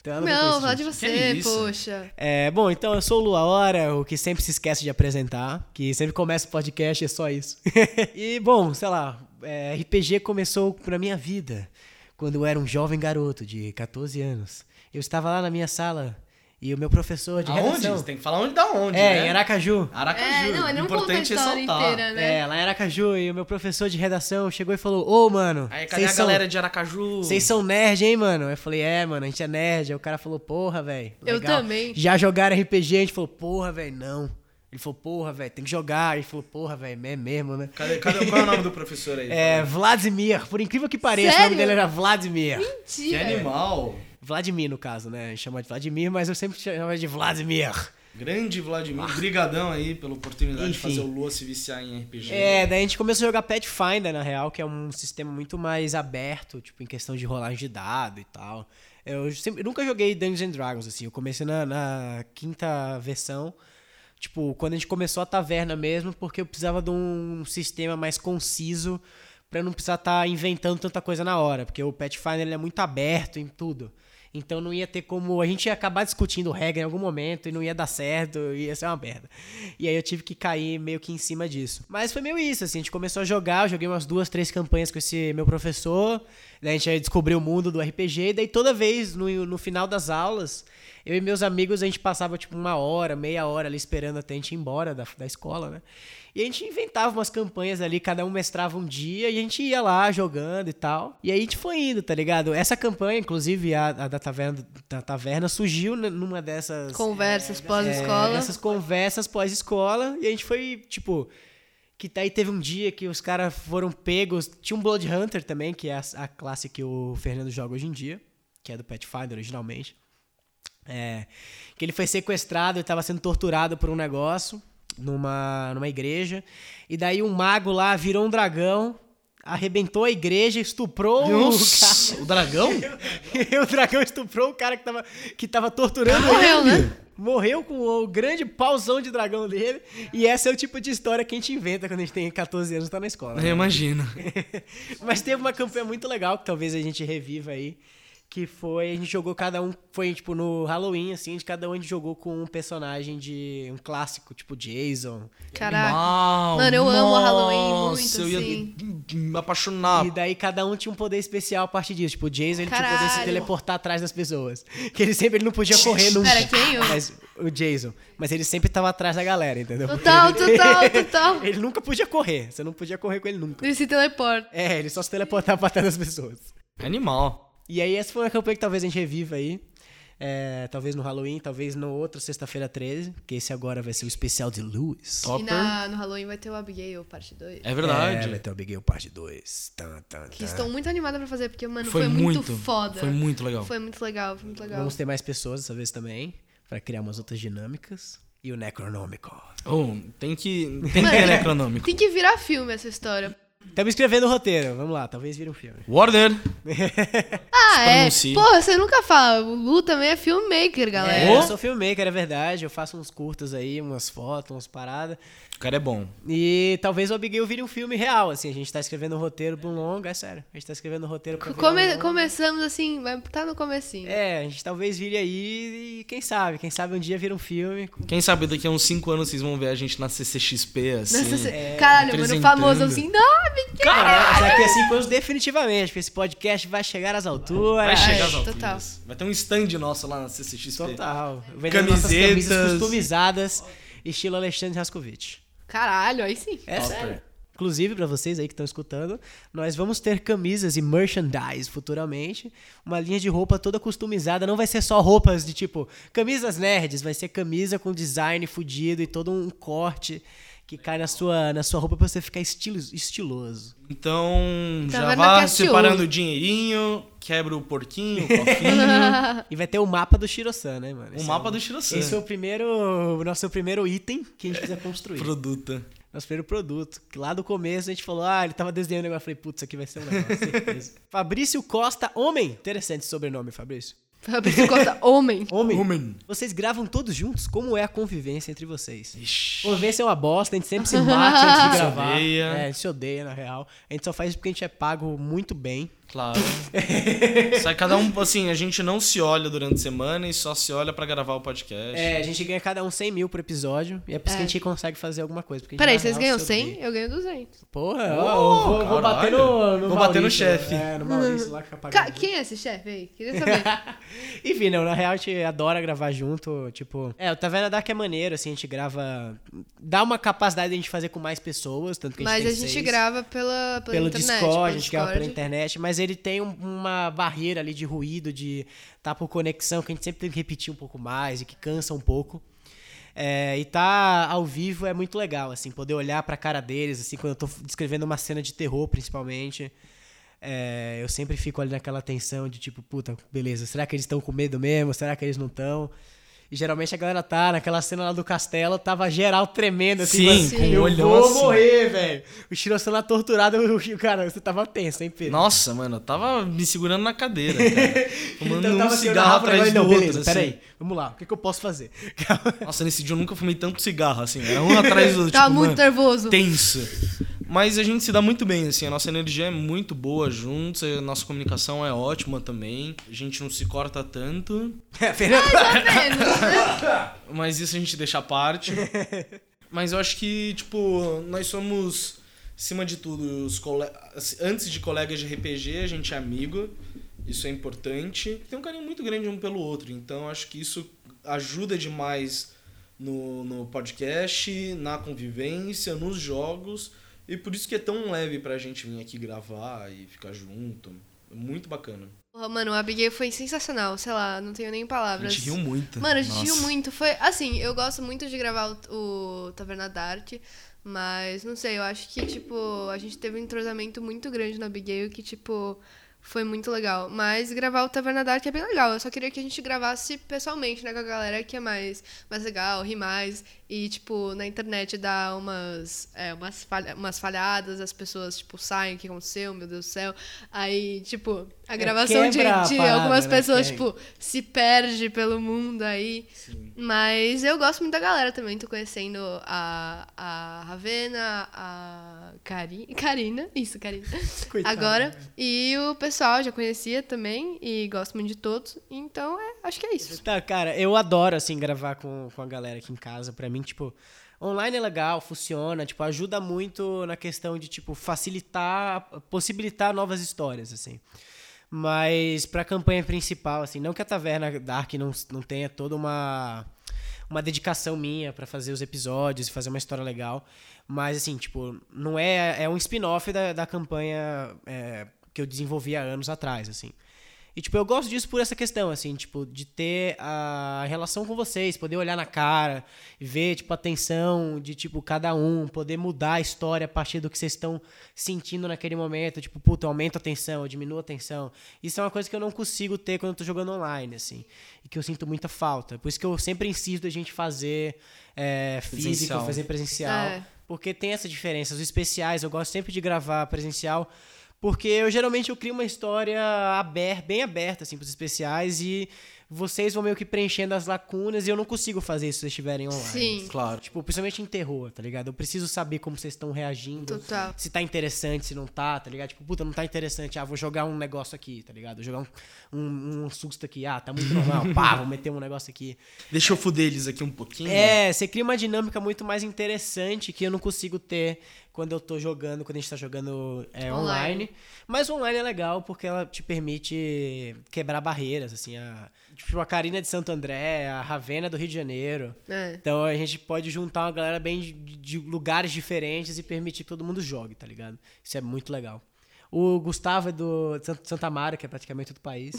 A: Então, eu
C: Não,
A: não,
C: falar de
B: Que
C: você,
B: isso?
C: poxa.
A: é, bom, então eu sou o Lua Hora, o que sempre se esquece de apresentar, que sempre começa o podcast e é só isso. (laughs) e, bom, sei lá, é, RPG começou pra minha vida quando eu era um jovem garoto de 14 anos. Eu estava lá na minha sala e o meu professor de
B: Aonde?
A: redação...
B: Você tem que falar onde da onde,
A: É,
B: né?
A: em Aracaju.
C: É,
B: Aracaju.
C: não, ele não contou a
B: Importante
C: história
B: ressaltar.
C: inteira, né?
A: É, lá em Aracaju, e o meu professor de redação chegou e falou, ô, mano...
B: Aí, cadê
A: vocês
B: a
A: são-
B: galera de Aracaju?
A: Vocês são nerd, hein, mano? Eu falei, é, mano, a gente é nerd. Aí o cara falou, porra, velho.
C: Eu
A: legal.
C: também.
A: Já jogaram RPG? A gente falou, porra, velho, não. Ele falou, porra, velho, tem que jogar. Ele falou, porra, velho, é mesmo, né?
B: Cadê, cadê, qual é o nome do professor
A: (laughs)
B: aí?
A: É, Vladimir, por incrível que pareça, o nome
C: Sério?
A: dele era Vladimir.
B: Que
C: Mentira.
B: animal.
A: Vladimir, no caso, né? A gente chama de Vladimir, mas eu sempre chamava de Vladimir.
B: Grande Vladimir. Brigadão aí pela oportunidade de
A: Enfim.
B: fazer o Lua se viciar em RPG.
A: É, daí a gente começou a jogar Pathfinder, na real, que é um sistema muito mais aberto, tipo, em questão de rolagem de dado e tal. Eu, sempre, eu nunca joguei Dungeons and Dragons, assim. Eu comecei na, na quinta versão, tipo, quando a gente começou a taverna mesmo, porque eu precisava de um sistema mais conciso pra não precisar estar inventando tanta coisa na hora, porque o Pathfinder ele é muito aberto em tudo. Então não ia ter como. A gente ia acabar discutindo regra em algum momento e não ia dar certo, ia ser uma merda. E aí eu tive que cair meio que em cima disso. Mas foi meio isso, assim, a gente começou a jogar, eu joguei umas duas, três campanhas com esse meu professor, daí a gente aí descobriu o mundo do RPG, e daí toda vez, no, no final das aulas, eu e meus amigos, a gente passava tipo uma hora, meia hora ali esperando até a gente ir embora da, da escola, né? E a gente inventava umas campanhas ali, cada um mestrava um dia e a gente ia lá jogando e tal. E aí a gente foi indo, tá ligado? Essa campanha, inclusive a, a da, taverna, da taverna, surgiu n- numa dessas.
C: Conversas
A: É,
C: pós-escola.
A: Essas conversas pós-escola. E a gente foi, tipo. Que daí teve um dia que os caras foram pegos. Tinha um Blood Hunter também, que é a, a classe que o Fernando joga hoje em dia, que é do Pathfinder originalmente. É, que ele foi sequestrado e estava sendo torturado por um negócio numa, numa igreja. E daí um mago lá virou um dragão, arrebentou a igreja, estuprou o cara.
B: Nossa, o dragão?
A: (laughs) E o dragão estuprou o cara que tava, que tava torturando
C: Morreu,
A: ele.
C: né?
A: Morreu com o grande pauzão de dragão dele. E essa é o tipo de história que a gente inventa quando a gente tem 14 anos e tá na escola. né?
B: Imagina.
A: (laughs) Mas teve uma campanha muito legal que talvez a gente reviva aí. Que foi, a gente jogou cada um, foi tipo no Halloween, assim, de cada um a gente jogou com um personagem de um clássico, tipo Jason.
C: Caraca.
B: Uau,
C: Mano, eu amo o Halloween
B: nossa,
C: muito,
B: eu ia
C: sim.
B: me
C: Ah.
B: apaixonar.
A: E daí cada um tinha um poder especial a partir disso. Tipo, o Jason ele tinha o poder de se
C: Caralho.
A: teleportar atrás das pessoas. Que ele sempre ele não podia correr nunca.
C: Pera, quem? O-
A: Mas o Jason. Mas ele sempre tava atrás da galera, entendeu? Porque
C: Total,
A: ele-
C: total, total.
A: Ele nunca podia correr. Você não podia correr com ele nunca.
C: Ele se teleporta.
A: É, ele só se teleportava pra trás das pessoas.
B: Animal.
A: E aí, essa foi uma campanha que talvez a gente reviva aí. É, talvez no Halloween, talvez no outro Sexta-feira 13. Que esse agora vai ser o especial de Lewis.
B: Top.
C: E na, no Halloween vai ter o Abigail, parte 2.
B: É
A: É,
B: verdade.
A: vai ter o Big Gale parte 2. Tan, tan,
C: Que
A: tan.
C: estou muito animada pra fazer, porque, mano, foi, muito, foda.
B: Foi muito legal.
C: Foi muito legal, foi muito legal.
A: Vamos ter mais pessoas dessa vez também. Pra criar umas outras dinâmicas. E o Necronomicon.
B: Oh, tem que. Tem
C: (laughs)
B: que ter
C: Mano.
B: necronômico.
C: Tem que virar filme essa história.
A: Estamos Tá escrevendo o roteiro. Vamos lá, talvez vire um filme.
B: Warner.
C: Ah, é.
B: Pronuncie.
C: Porra, você nunca fala. O Lu também é filmmaker, galera.
A: É,
B: Ô.
A: eu sou filmmaker, é verdade. Eu faço uns curtas aí, umas fotos, umas paradas.
B: O cara é bom.
A: E talvez o Abigail vire um filme real, assim. A gente tá escrevendo um roteiro pra um longa, é sério. A gente tá escrevendo um roteiro pra virar um
C: Come-
A: longa.
C: começamos assim, mas tá no comecinho.
A: É, a gente talvez vire aí e quem sabe, quem sabe um dia vira um filme. com-
B: Quem sabe daqui a uns 5 anos vocês vão ver a gente na CCXP, assim.
C: Nossa, cê- Caralho, mano,
B: apresentando.
C: famoso assim, não, Abigail.
A: Mas daqui a cinco anos, definitivamente, porque esse podcast vai chegar às alturas.
B: Vai chegar
C: é,
B: às alturas.
C: total.
B: Vai ter um stand nosso lá na CCXP.
A: Total. Vendendo nossas
B: Camisetas.
A: camisas customizadas, estilo Alexandre Rascovitch.
C: Caralho, aí sim.
A: É
B: Topper.
A: sério. Inclusive, pra vocês aí que estão escutando, nós vamos ter camisas e merchandise futuramente. Uma linha de roupa toda customizada. Não vai ser só roupas de tipo camisas nerds, vai ser camisa com design fudido e todo um corte que cai na sua, na sua roupa pra você ficar estilos- estiloso.
B: Então,
C: Tá
B: já
C: vendo a
B: vá
C: Cassiola?
B: separando o dinheirinho, quebra o porquinho, o cofinho,
C: (laughs)
A: E vai ter o mapa do Shiro-san, né, mano?
B: o
A: Esse
B: mapa do
A: é, Esse é
B: Shirosane.
A: o primeiro, o nosso primeiro item que a gente quiser construir.
B: Produta.
A: Nosso primeiro produto. Que lá do começo a gente falou, ah, ele tava desenhando, agora eu falei, putz, isso aqui vai ser um negócio, certeza.
B: (laughs)
A: Fabrício Costa, homem. Interessante esse sobrenome, Fabrício.
C: Fabrício Costa,
A: (laughs)
C: homem.
A: Homem.
B: Woman.
A: Vocês gravam todos juntos? Como é a convivência entre vocês?
B: Ixi.
A: Convivência é uma bosta, a gente sempre se mata
C: (laughs)
A: antes de
B: Se
A: gravar.
B: odeia.
A: É, a gente se odeia, na real. A gente só faz isso porque a gente é pago muito bem.
B: Claro. Sai cada um, assim, a gente não se olha durante a semana e só se olha pra gravar o podcast.
A: É, a gente ganha cada um 100 mil por episódio. E é por isso que a gente consegue fazer alguma coisa. porque a gente,
C: Peraí,
A: na
C: vocês
A: real,
C: ganham
A: se
C: 100?
A: odeia.
C: Eu ganho 200.
A: Porra,
B: Oh,
A: ó, eu vou, vou
B: caralho.
A: bater no, no
B: Vou bater no
A: Maurício,
B: chefe.
A: É, no Maurício lá que tá
C: Ca-
A: pagando.
C: quem é esse chefe aí? Queria saber.
A: (laughs) Enfim, não, na real a gente adora gravar junto, tipo... É, o Taverna Dark é maneiro, assim, a gente grava... Dá uma capacidade de a gente fazer com mais pessoas, tanto que a gente
C: Mas
A: tem
C: a gente
A: seis.
C: grava pela, pela
A: Pelo
C: internet.
A: Discord, a
C: pelo
A: gente grava pela
C: Discord.
A: internet, mas ele tem um- uma barreira ali de ruído, de tá por conexão, que a gente sempre tem que repetir um pouco mais e que cansa um pouco. É, e tá ao vivo é muito legal, assim, poder olhar pra cara deles, assim, quando eu tô descrevendo uma cena de terror, principalmente. É, eu sempre fico ali naquela tensão de tipo, puta, beleza, será que eles estão com medo mesmo? Será que eles não estão? E geralmente a galera tá naquela cena lá do castelo, tava geral tremendo, assim,
B: Sim,
A: assim,
C: com o
A: eu
B: olhão
A: vou
B: assim.
A: morrer, velho. O Shirossan lá torturado, (laughs) o o cara, você tava tenso, hein, Pedro?
B: Nossa, mano, eu tava me segurando
A: (laughs)
B: na cadeira, cara. Fumando
A: eu
B: um
A: assim, eu
B: cigarro
A: narrava pra
B: atrás
A: ele,
B: do
A: não,
B: outro.
A: beleza,
B: assim.
A: peraí, vamos lá, o que, que eu posso fazer? (laughs)
B: Nossa, nesse dia eu nunca fumei tanto cigarro, assim. Era um atrás do outro. tipo,
C: Tava Tá muito
B: mano,
C: nervoso.
B: tenso. Mas a gente se dá muito bem, assim, a nossa energia é muito boa juntos, a nossa comunicação é ótima também, a gente não se corta tanto,
A: Fernando,
C: Tá vendo?
B: mas isso a gente deixa à (laughs) parte. mas eu acho que, tipo, nós somos, acima de tudo, os cole... assim, antes de colegas de RPG, a gente é amigo, isso é importante. Tem um carinho muito grande um pelo outro, então eu acho que isso ajuda demais no, no podcast, na convivência, nos jogos. E por isso que é tão leve pra gente vir aqui gravar e ficar junto. É Muito bacana.
C: Porra, mano, o Abigail foi sensacional. Sei lá, não tenho nem
B: A
C: palavras.
B: gente riu muito.
C: Mano, a gente riu
B: Nossa.
C: muito. Foi assim, eu gosto muito de gravar o, o Taverna da Arte, mas não sei, eu acho que, tipo, a gente teve um entrosamento muito grande no Abigail que, tipo, foi muito legal. Mas gravar o Taverna da Arte é bem legal. Eu só queria que a gente gravasse pessoalmente, né, com a galera que é mais, mais legal, ri mais. E, tipo, na internet dá umas, é, umas, falha- umas falhadas, as pessoas, tipo, saem, o que aconteceu, meu Deus do céu. Aí, tipo, a gravação de,
A: É, quebra a
C: de
A: parada,
C: algumas
A: né,
C: pessoas,
A: quebra.
C: tipo, se perde pelo mundo aí. Mas eu gosto muito da galera também. Tô conhecendo a, a Ravena, a Cari, Karina. Isso, Karina.
A: Coitada.
C: Agora. E o pessoal já conhecia também. E gosto muito de todos. Então, é, acho que é isso.
A: Tá, cara, eu adoro, assim, gravar com, com a galera aqui em casa. Pra mim, tipo, online é legal, funciona, tipo, ajuda muito na questão de, tipo, facilitar, possibilitar novas histórias, assim. Mas pra campanha principal, assim, não que a Taverna Dark não, não tenha toda uma uma dedicação minha pra fazer os episódios e fazer uma história legal, mas assim, tipo, não é é um spin-off da, da campanha é, que eu desenvolvi há anos atrás, assim. E, tipo, eu gosto disso por essa questão, assim, tipo, de ter a relação com vocês, poder olhar na cara, ver, tipo, a tensão de, tipo, cada um, poder mudar a história a partir do que vocês estão sentindo naquele momento. Tipo, puta, eu aumento a tensão, eu diminuo a tensão. Isso é uma coisa que eu não consigo ter quando eu tô jogando online, assim. E que eu sinto muita falta. Por isso que eu sempre insisto a gente fazer é, físico,
B: Presencial.
A: fazer presencial.
C: É.
A: Porque tem essa diferença. Os especiais, eu gosto sempre de gravar presencial, porque eu geralmente eu crio uma história aber, bem aberta, assim, pros especiais, e vocês vão meio que preenchendo as lacunas, e eu não consigo fazer isso se vocês estiverem online.
C: Sim,
B: Claro.
A: Tipo, principalmente em terror, tá ligado? Eu preciso saber como vocês estão reagindo.
C: total.
A: Se tá interessante, se não tá, tá ligado? Tipo, puta, não tá interessante. Ah, vou jogar um negócio aqui, tá ligado? Vou jogar um, um, um susto aqui. Ah, tá muito normal.
C: (laughs)
A: Pá, vou meter um negócio aqui.
B: Deixa eu fuder eles aqui um pouquinho.
A: É, você cria uma dinâmica muito mais interessante que eu não consigo ter quando eu tô jogando, quando a gente tá jogando é, online.
C: Online.
A: Mas online é legal porque ela te permite quebrar barreiras, assim. A, tipo, a Karina de Santo André, a Ravena do Rio de Janeiro.
C: É.
A: Então a gente pode juntar uma galera bem de, de lugares diferentes e permitir que todo mundo jogue, tá ligado? Isso é muito legal. O Gustavo é do de Sant- Santa Mara, que é praticamente todo o país.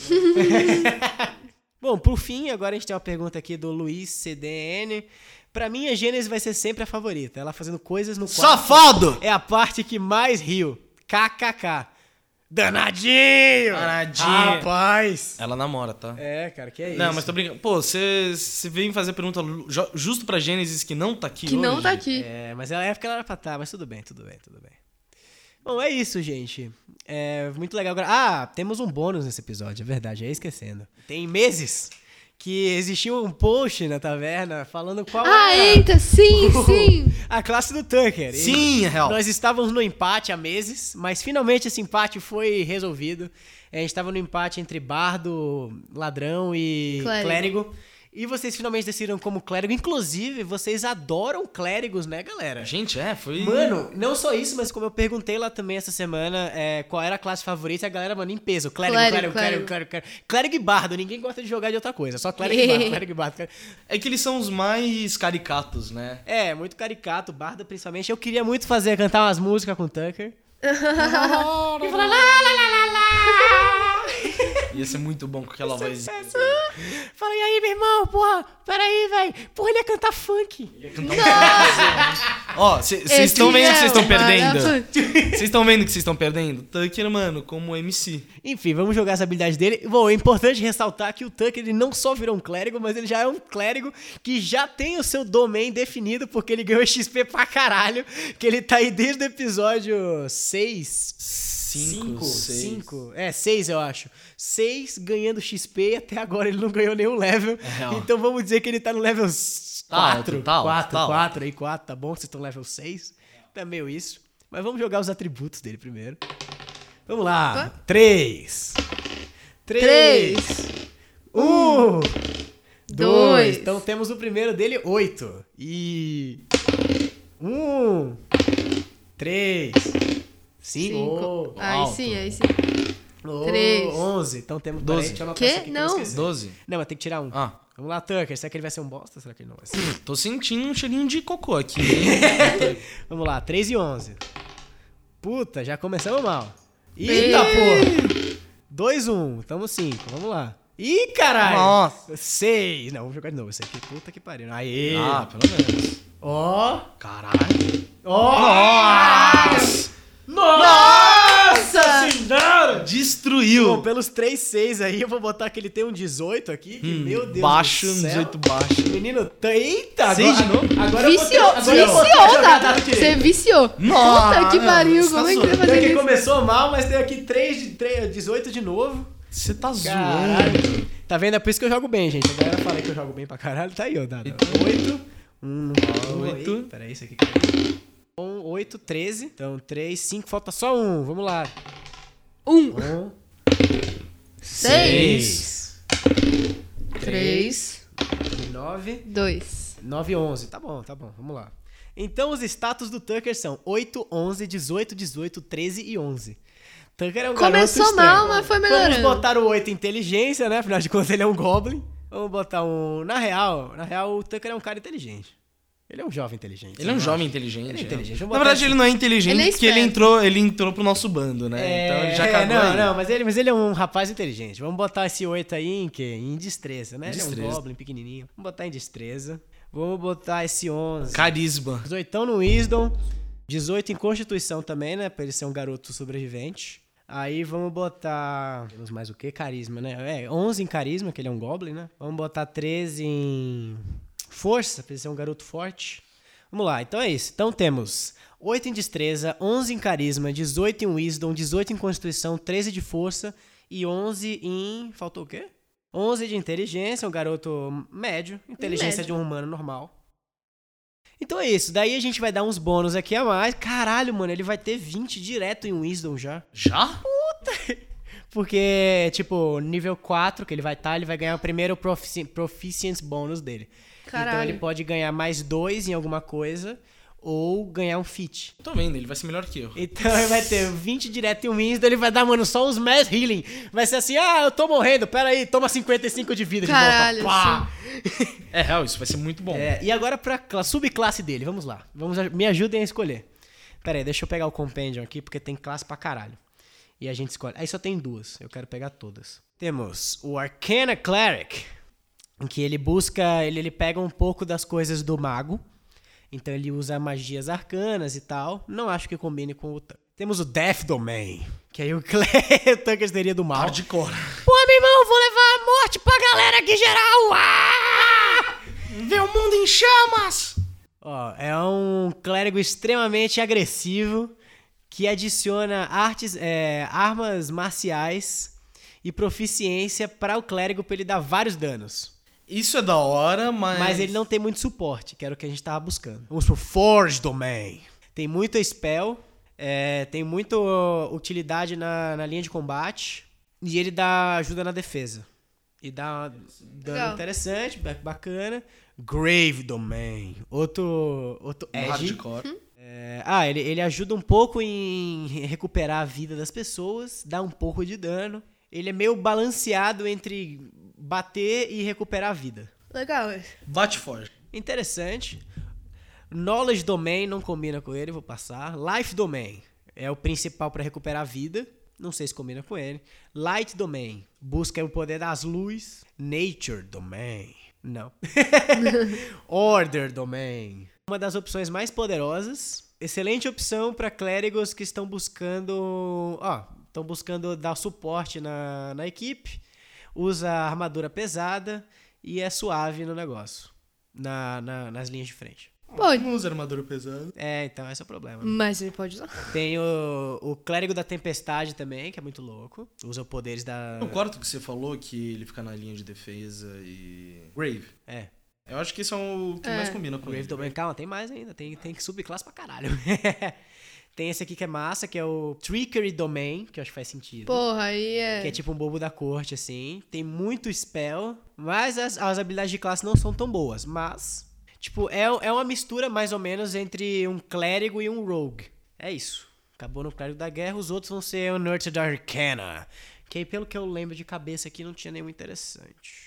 A: Bom, por fim, agora a gente tem uma pergunta aqui do Luiz CDN. Pra mim, a Gênesis vai ser sempre a favorita. Ela fazendo coisas no quarto.
B: Safado!
A: É a parte que mais riu. KKK. Danadinho!
B: Danadinho.
A: Rapaz!
B: Ela namora, tá?
A: É, cara, que é isso.
B: Não, mas tô brincando. Pô, você você vem fazer pergunta lu- ju- justo pra Gênesis que não tá aqui
C: Que não
B: hoje?
C: tá aqui.
A: É, mas ela é porque ela era pra estar, mas tudo bem, tudo bem, tudo bem. Bom, é isso, gente. É muito legal. gra- Ah, temos um bônus nesse episódio, é verdade, é esquecendo. Tem meses que existiu um post na taverna falando qual
C: Ah,
A: era
B: (laughs)
C: eita, sim, sim.
A: a classe do Tucker. E
B: Sim, é real.
A: Nós estávamos no empate há meses, mas finalmente esse empate foi resolvido. É, A gente estava no empate entre bardo, ladrão e
C: Clérigo.
A: clérigo. E vocês finalmente decidiram como clérigo. Inclusive, vocês adoram clérigos, né, galera?
B: Gente, é, foi...
A: Mano, não só isso, mas como eu perguntei lá também essa semana é, qual era a classe favorita, a galera, mano, em peso. Clérigo,
C: Clérigo,
A: clérigo, clérigo, clérigo, clérigo. Clérigo e bardo, ninguém gosta de jogar de outra coisa, só clérigo e bardo, clérigo e bardo. clérigo-
B: É que eles são os mais caricatos, né?
A: É, muito caricato, bardo principalmente. Eu queria muito fazer, cantar umas músicas com o Tucker. e falar lá, lá, lá, lá, lá.
B: Ia ser muito bom com aquela
C: é
A: (laughs)
B: voz.
A: Fala, e aí, meu irmão, porra, peraí, velho. Porra, ele ia cantar funk.
B: Ó, vocês
C: Esse
B: estão vendo
C: é
B: que vocês estão
C: o
B: perdendo?
C: maravilhoso.
B: Vocês estão vendo que vocês estão perdendo? Tucker, mano, como MC.
A: Enfim, vamos jogar essa habilidade dele. Bom, é importante ressaltar que o Tucker, ele não só virou um clérigo, mas ele já é um clérigo que já tem o seu domain definido, porque ele ganhou XP pra caralho, que ele tá aí desde o episódio 6,
B: Cinco, seis.
A: cinco. É, 6 eu acho. 6 ganhando XP e até agora ele não ganhou nenhum level.
B: É, ó.
A: então vamos dizer que ele tá no level
B: Tá
A: 4.
B: alto, tá alto,
A: 4,
B: tá alto.
A: 4 aí, 4, tá bom? Vocês estão level 6? Tá meio isso. Mas vamos jogar os atributos dele primeiro. Vamos lá.
B: Tá.
A: 3. 3. 1.
C: Dois.
A: 2. Um. Então temos o primeiro dele, 8. E. 1. 3. 5.
C: Cinco. Aí
B: alto.
C: sim, aí sim.
A: Oh,
C: Três.
A: 11. Então temos
B: Doze.
A: peraí, deixa eu anotar
C: Quê?
A: isso aqui pra
C: Não.
A: esquecer.
B: Doze.
A: Não, mas tem que tirar um.
B: Ah.
A: Vamos lá, Tucker. Será que ele vai ser um bosta? Será que ele não
B: (laughs)
A: vai ser?
B: Tô sentindo um cheirinho de cocô aqui. hein?
C: (laughs)
A: Vamos lá, 3 e 11. Puta, já começamos mal. Eita,
C: Eita,
A: pô. 2, 1. Tamo 5. Vamos lá. Ih, caralho.
B: Nossa.
A: 6. Não, vamos jogar de novo. Isso aqui, puta que pariu. Aê.
B: ah, pelo menos.
A: Ó.
B: Caralho.
A: Ó.
B: Nossa senhora!
A: Bom,
B: Destruiu.
A: pelos 3, 6 aí, eu vou botar que ele tem um 18 aqui. Que, meu Deus do
B: Hum, baixo,
A: céu.
B: 18 baixo.
A: Menino, tá- eita!
B: Seis
A: agora-
B: de novo?
A: Agora eu
C: Viciou,
A: vou ter, agora eu vou ter
C: viciou,
A: jogador
C: Dada.
A: direito.
C: Você viciou.
B: Nossa,
C: Puta que
B: não,
C: pariu,
B: você tá
C: como é que você vai
B: zoando.
A: Então,
C: fazer
A: que
C: isso?
A: começou mal, mas tem aqui 3 de 3, 18 de novo.
B: Você tá zoando.
A: Caralho. Tá vendo? É por isso que eu jogo bem, gente. A galera fala que eu jogo bem pra caralho. Tá aí, ó, Dada. 8. 1,
B: Oito.
A: 8. Peraí, isso aqui. 1, 8, 13. Então, 3, 5. Falta só um. Vamos lá.
C: Um,
A: 1,
C: seis,
A: três,
C: três,
A: 9.
C: dois.
A: 9 e 11. Tá bom, tá bom. Vamos lá. Então, os status do Tucker são 8, 11, 18, 18, 13 e 11. Tucker é um garoto
C: Começou
A: estranho.
C: mal, mas foi
A: Vamos
C: melhorando.
A: botar o 8 em inteligência, né? Afinal de contas, ele é um goblin. Vamos botar um... Na real, na real, o Tucker é um cara inteligente. Ele é um jovem inteligente.
B: Ele é um
A: eu
B: jovem
A: acho.
B: inteligente.
A: Ele é inteligente.
B: né?
A: Vamos botar
B: Na verdade,
A: assim.
B: ele não é inteligente
C: Ele é
B: porque ele
C: esperto.
B: entrou, ele entrou pro nosso bando, né?
A: É,
B: Então ele já cagou.
A: não,
B: aí.
A: não, mas ele, mas ele é um rapaz inteligente. Vamos botar esse 8 aí em quê? Em destreza, né? Ele é um
B: Destreza.
A: goblin pequenininho. Vamos botar em destreza. Vamos botar esse 11.
B: Carisma.
A: 18 no Wisdom, 18 em Constituição também, né? Pra ele ser um garoto sobrevivente. Aí vamos botar. Temos mais o que? Carisma, né? É, 11 em Carisma, que ele é um Goblin, né? Vamos botar 13 em Força, pra ele ser um garoto forte. Vamos lá, então é isso. Então temos 8 em Destreza, 11 em Carisma, 18 em Wisdom, 18 em Constituição, 13 de Força e 11 em. Faltou o quê? 11 de inteligência, um garoto médio, inteligência
C: Médio.
A: de um humano normal. Então é isso, daí a gente vai dar uns bônus aqui a mais. Caralho, mano, ele vai ter 20 direto em Wisdom já.
B: Já?
A: Porque, tipo, nível 4 que ele vai estar, ele vai ganhar o primeiro profici proficiency bônus dele. Então
C: Caralho.
A: ele pode ganhar mais dois em alguma coisa ou ganhar um fit.
B: Tô vendo, ele vai ser melhor que eu.
A: Então ele vai ter 20 direto em um Wisdom, ele vai dar, mano, só os mass healing. Vai ser assim, ah, eu tô morrendo, pera aí, toma 55 de vida
C: Caralho,
A: de volta. Pá!
B: É real, isso vai ser muito bom.
A: É, e agora pra cla- subclasse dele, vamos lá. Vamos, a- me ajudem a escolher. Pera aí, deixa eu pegar o Compendium aqui, porque tem classe pra caralho. E a gente escolhe. Aí só tem duas, eu quero pegar todas. Temos o Arcana Cleric. em que ele busca, ele, ele pega um pouco das coisas do mago, então ele usa magias arcanas e tal. Não acho que combine com o Tank. Temos o Death Domain, que aí o, (laughs) Cle... o Tanker seria do mal.
B: Hardcore.
A: Pô, meu irmão, vou levar a morte pra galera aqui geral! Ah!
B: Vê o mundo em chamas!
A: Ó, é um clérigo extremamente agressivo que adiciona artes, é, armas marciais e proficiência pra o clérigo pra ele dar vários danos.
B: Isso é da hora, mas.
A: Mas ele não tem muito suporte, que era o que a gente tava buscando. Vamos pro Forge Domain. Tem muito spell, é, tem muito utilidade na, na linha de combate. E ele dá ajuda na defesa. E dá um dano
C: Legal.
A: interessante, ba- bacana. Grave Domain. Outro. Outro
B: Um
A: edge.
B: hardcore.
C: Hum.
A: É, ah, ele, ele ajuda um pouco em recuperar a vida das pessoas, dá um pouco de dano. Ele é meio balanceado entre bater e recuperar a vida.
C: Legal é. esse.
B: Bate forte.
A: Interessante. Knowledge Domain não combina com ele, vou passar. Life Domain é o principal para recuperar a vida. Não sei se combina com ele. Light Domain busca o poder das luzes. Nature Domain. Não. (laughs) Order Domain. Uma das opções mais poderosas. Excelente opção para clérigos que estão buscando. Ó, estão buscando dar suporte na, na equipe. Usa armadura pesada e é suave no negócio. Na, na- nas linhas de frente.
C: Pode.
B: Não usa armadura pesada.
A: É, então esse é o problema. né?
C: Mas ele pode usar.
A: Tem o, o Clérigo da Tempestade também, que é muito louco. Usa poderes da.
B: O quarto que você falou que ele fica na linha de defesa e. Grave.
A: É.
B: Eu acho que isso é o que
C: É.
B: mais combina com
A: Grave
B: ele.
A: Domain. Calma, tem mais ainda. Tem, tem que subir classe pra caralho. (laughs) tem esse aqui que é massa, que é o Trickery Domain, que eu acho que faz sentido.
C: Porra, aí
A: Que é
C: é.
A: tipo um bobo da corte, assim. Tem muito spell, mas as, as habilidades de classe não são tão boas. Mas, tipo, é, é uma mistura mais ou menos entre um clérigo e um rogue. É isso. Acabou no clérigo da guerra, os outros vão ser o Nurtured Arcana. Que aí, pelo que eu lembro de cabeça aqui, não tinha nenhum interessante.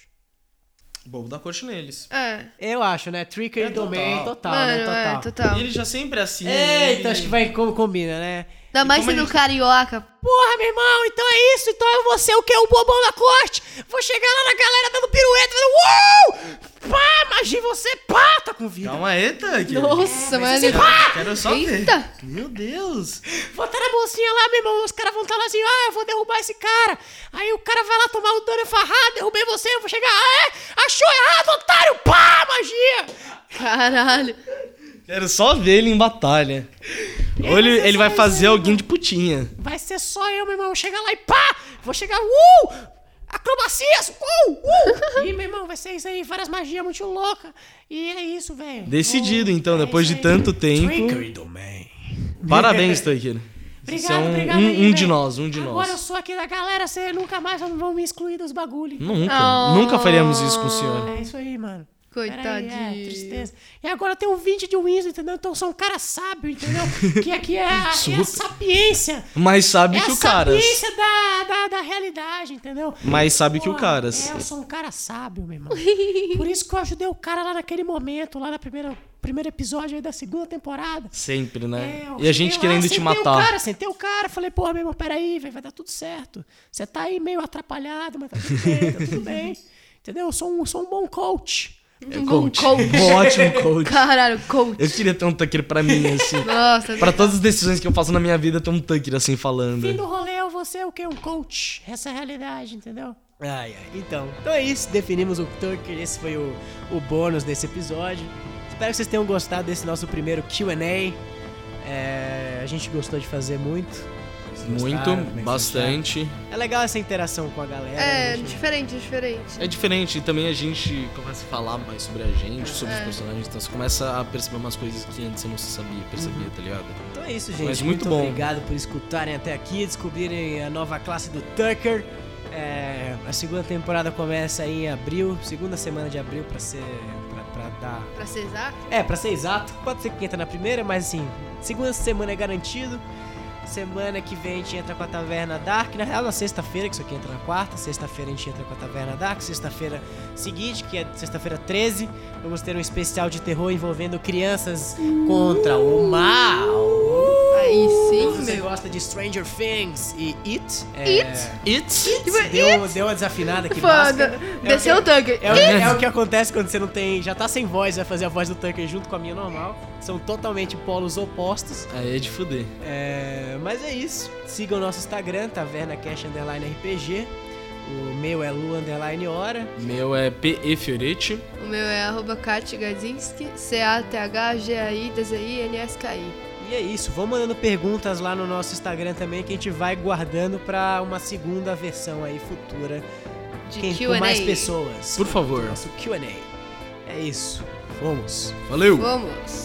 B: Bobo da corte neles.
C: É.
A: Eu acho, né? Trickery
B: É
A: Domain,
B: total.
A: total, né?
C: Mano,
A: Total.
C: é, total.
B: E ele já sempre é assim. ele-
A: Eita, acho que vai como combina, né?
C: Ainda mais
B: como
C: sendo um
B: ele-
C: carioca.
A: Porra, meu irmão, então é isso. Então eu vou ser o que? O bobão da corte. Vou chegar lá na galera dando pirueta, falando, uou! Pá, magia em você, pá, tá com vida.
B: Calma aí, Tug.
C: Nossa, mas ele. tá-
B: Quero só ver.
C: Eita!
B: Meu Deus.
A: Botar a bolsinha lá, meu irmão. Os caras vão estar lá assim, ah, eu vou derrubar esse cara. Aí o cara vai lá tomar o dano, eu falo, ah, derrubei você, eu vou chegar, ah, é? Achou errado, otário, pá, magia.
C: Caralho.
B: Quero só ver ele em batalha. Ou ele, ele vai fazer
C: tá-
B: alguém de putinha.
A: Vai ser só eu, meu irmão. Vou chegar lá e pá, vou chegar, uh! Acrobacias, uh, uh! E, meu irmão, vai ser isso aí, várias magias muito loucas. E é isso, velho.
B: Decidido, então, depois de
A: isso aí.
B: tanto tempo.
A: Domain.
B: Parabéns, Tucker. Você é
A: Obrigado,
B: um,
A: obrigado.
B: um-
A: aí,
B: um
A: velho.
B: de nós, um de
A: Agora eu
B: nós.
A: sou aqui da galera, você nunca mais vão me excluir dos bagulhos.
B: Nunca,
C: Oh.
B: nunca faríamos isso com o senhor.
A: É isso aí, mano.
C: Coitadinho.
A: Peraí, é, tristeza. E agora eu tenho 20 de Winslow, entendeu? Então eu sou um cara sábio,
B: (laughs)
A: entendeu? Que aqui é a, é a
B: Super.
A: sapiência.
B: Mais sabe
A: É
B: que
A: a
B: o Caras.
A: sapiência da, da, da realidade, entendeu?
B: Mais sabe que o
A: Porra,
B: Caras.
A: É, eu sou um cara sábio, meu irmão. Por isso que eu ajudei o cara lá naquele momento, lá no primeiro, primeiro episódio aí da segunda temporada.
B: Sempre, né?
A: É, eu
B: E a
A: cheguei
B: gente
A: lá,
B: querendo te
A: sentei O
B: matar.
A: cara, sentei o cara, falei, porra, meu irmão, peraí, véi, vai dar tudo certo. Você tá aí meio atrapalhado, mas tá tudo bem, tá (laughs) tudo bem. Entendeu? Eu sou um, sou um bom coach.
C: Um bom coach.
B: É (laughs) Um ótimo coach.
C: Caralho, coach.
B: Eu queria ter um Tucker pra mim,
A: (laughs)
B: assim.
C: Nossa,
B: Pra todas as decisões que eu faço na minha vida, tem um Tucker assim
A: Fim
B: falando.
A: do rolê, eu vou ser o quê? Um coach. Essa é a realidade, entendeu? Ai, ai. Então, então é isso. Definimos o Tucker. Esse foi o, o bônus desse episódio. Espero que vocês tenham gostado desse nosso primeiro Q&A. É, a gente gostou de fazer muito. Vocês
B: Muito,
A: gostaram? Como é que vocês
B: bastante.
A: acharam? É legal essa interação com a galera.
C: é
A: a gente-
C: diferente, diferente.
B: É diferente, e também a gente começa a falar mais sobre a gente,
A: É.
B: sobre os personagens, então você começa a perceber umas coisas que antes você não se sabia perceber, tá ligado?
A: Então é isso, gente.
B: Mas muito bom.
A: obrigado por escutarem até aqui, descobrirem a nova classe do Tucker. É, a segunda temporada começa aí em abril, segunda semana de abril pra ser pra, pra dar.
C: Pra ser exato.
A: É, pra ser exato. Pode ser que entra na primeira, mas assim, segunda semana é garantido. Semana que vem a gente entra com a Taverna Dark. Na real, na sexta-feira, que isso aqui entra na quarta. Sexta-feira a gente entra com a Taverna Dark. Sexta-feira seguinte, que é sexta-feira 13, vamos ter um especial de terror envolvendo crianças contra o mal.
C: Aí Uh! Aí sim,
A: Você
C: meu.
A: gosta de Stranger Things e It? É,
C: It?
B: It's.
A: Deu, deu uma desafinada aqui.
C: Foda. Desceu o Tucker.
A: É, o- é o que acontece quando você não tem. Já tá sem voz, vai fazer a voz do Tucker junto com a minha normal. São totalmente polos opostos.
B: Aí é de fuder.
A: É, mas é isso. Sigam o nosso Instagram, TavernaCash Underline RPG. O meu é Lu Underline Hora.
B: Meu é P.E. Fioretti.
C: O meu é arroba Kati Gadzinski, C-A-T-H-G-A-I-D-Z-I-N-S-K-I.
A: E é isso. Vão mandando perguntas lá no nosso Instagram também que a gente vai guardando pra uma segunda versão aí futura.
C: De
A: Quem, com
C: Q&A.
A: mais pessoas.
B: Por favor.
A: Nosso QA. É isso. Vamos.
B: Valeu!
C: Vamos.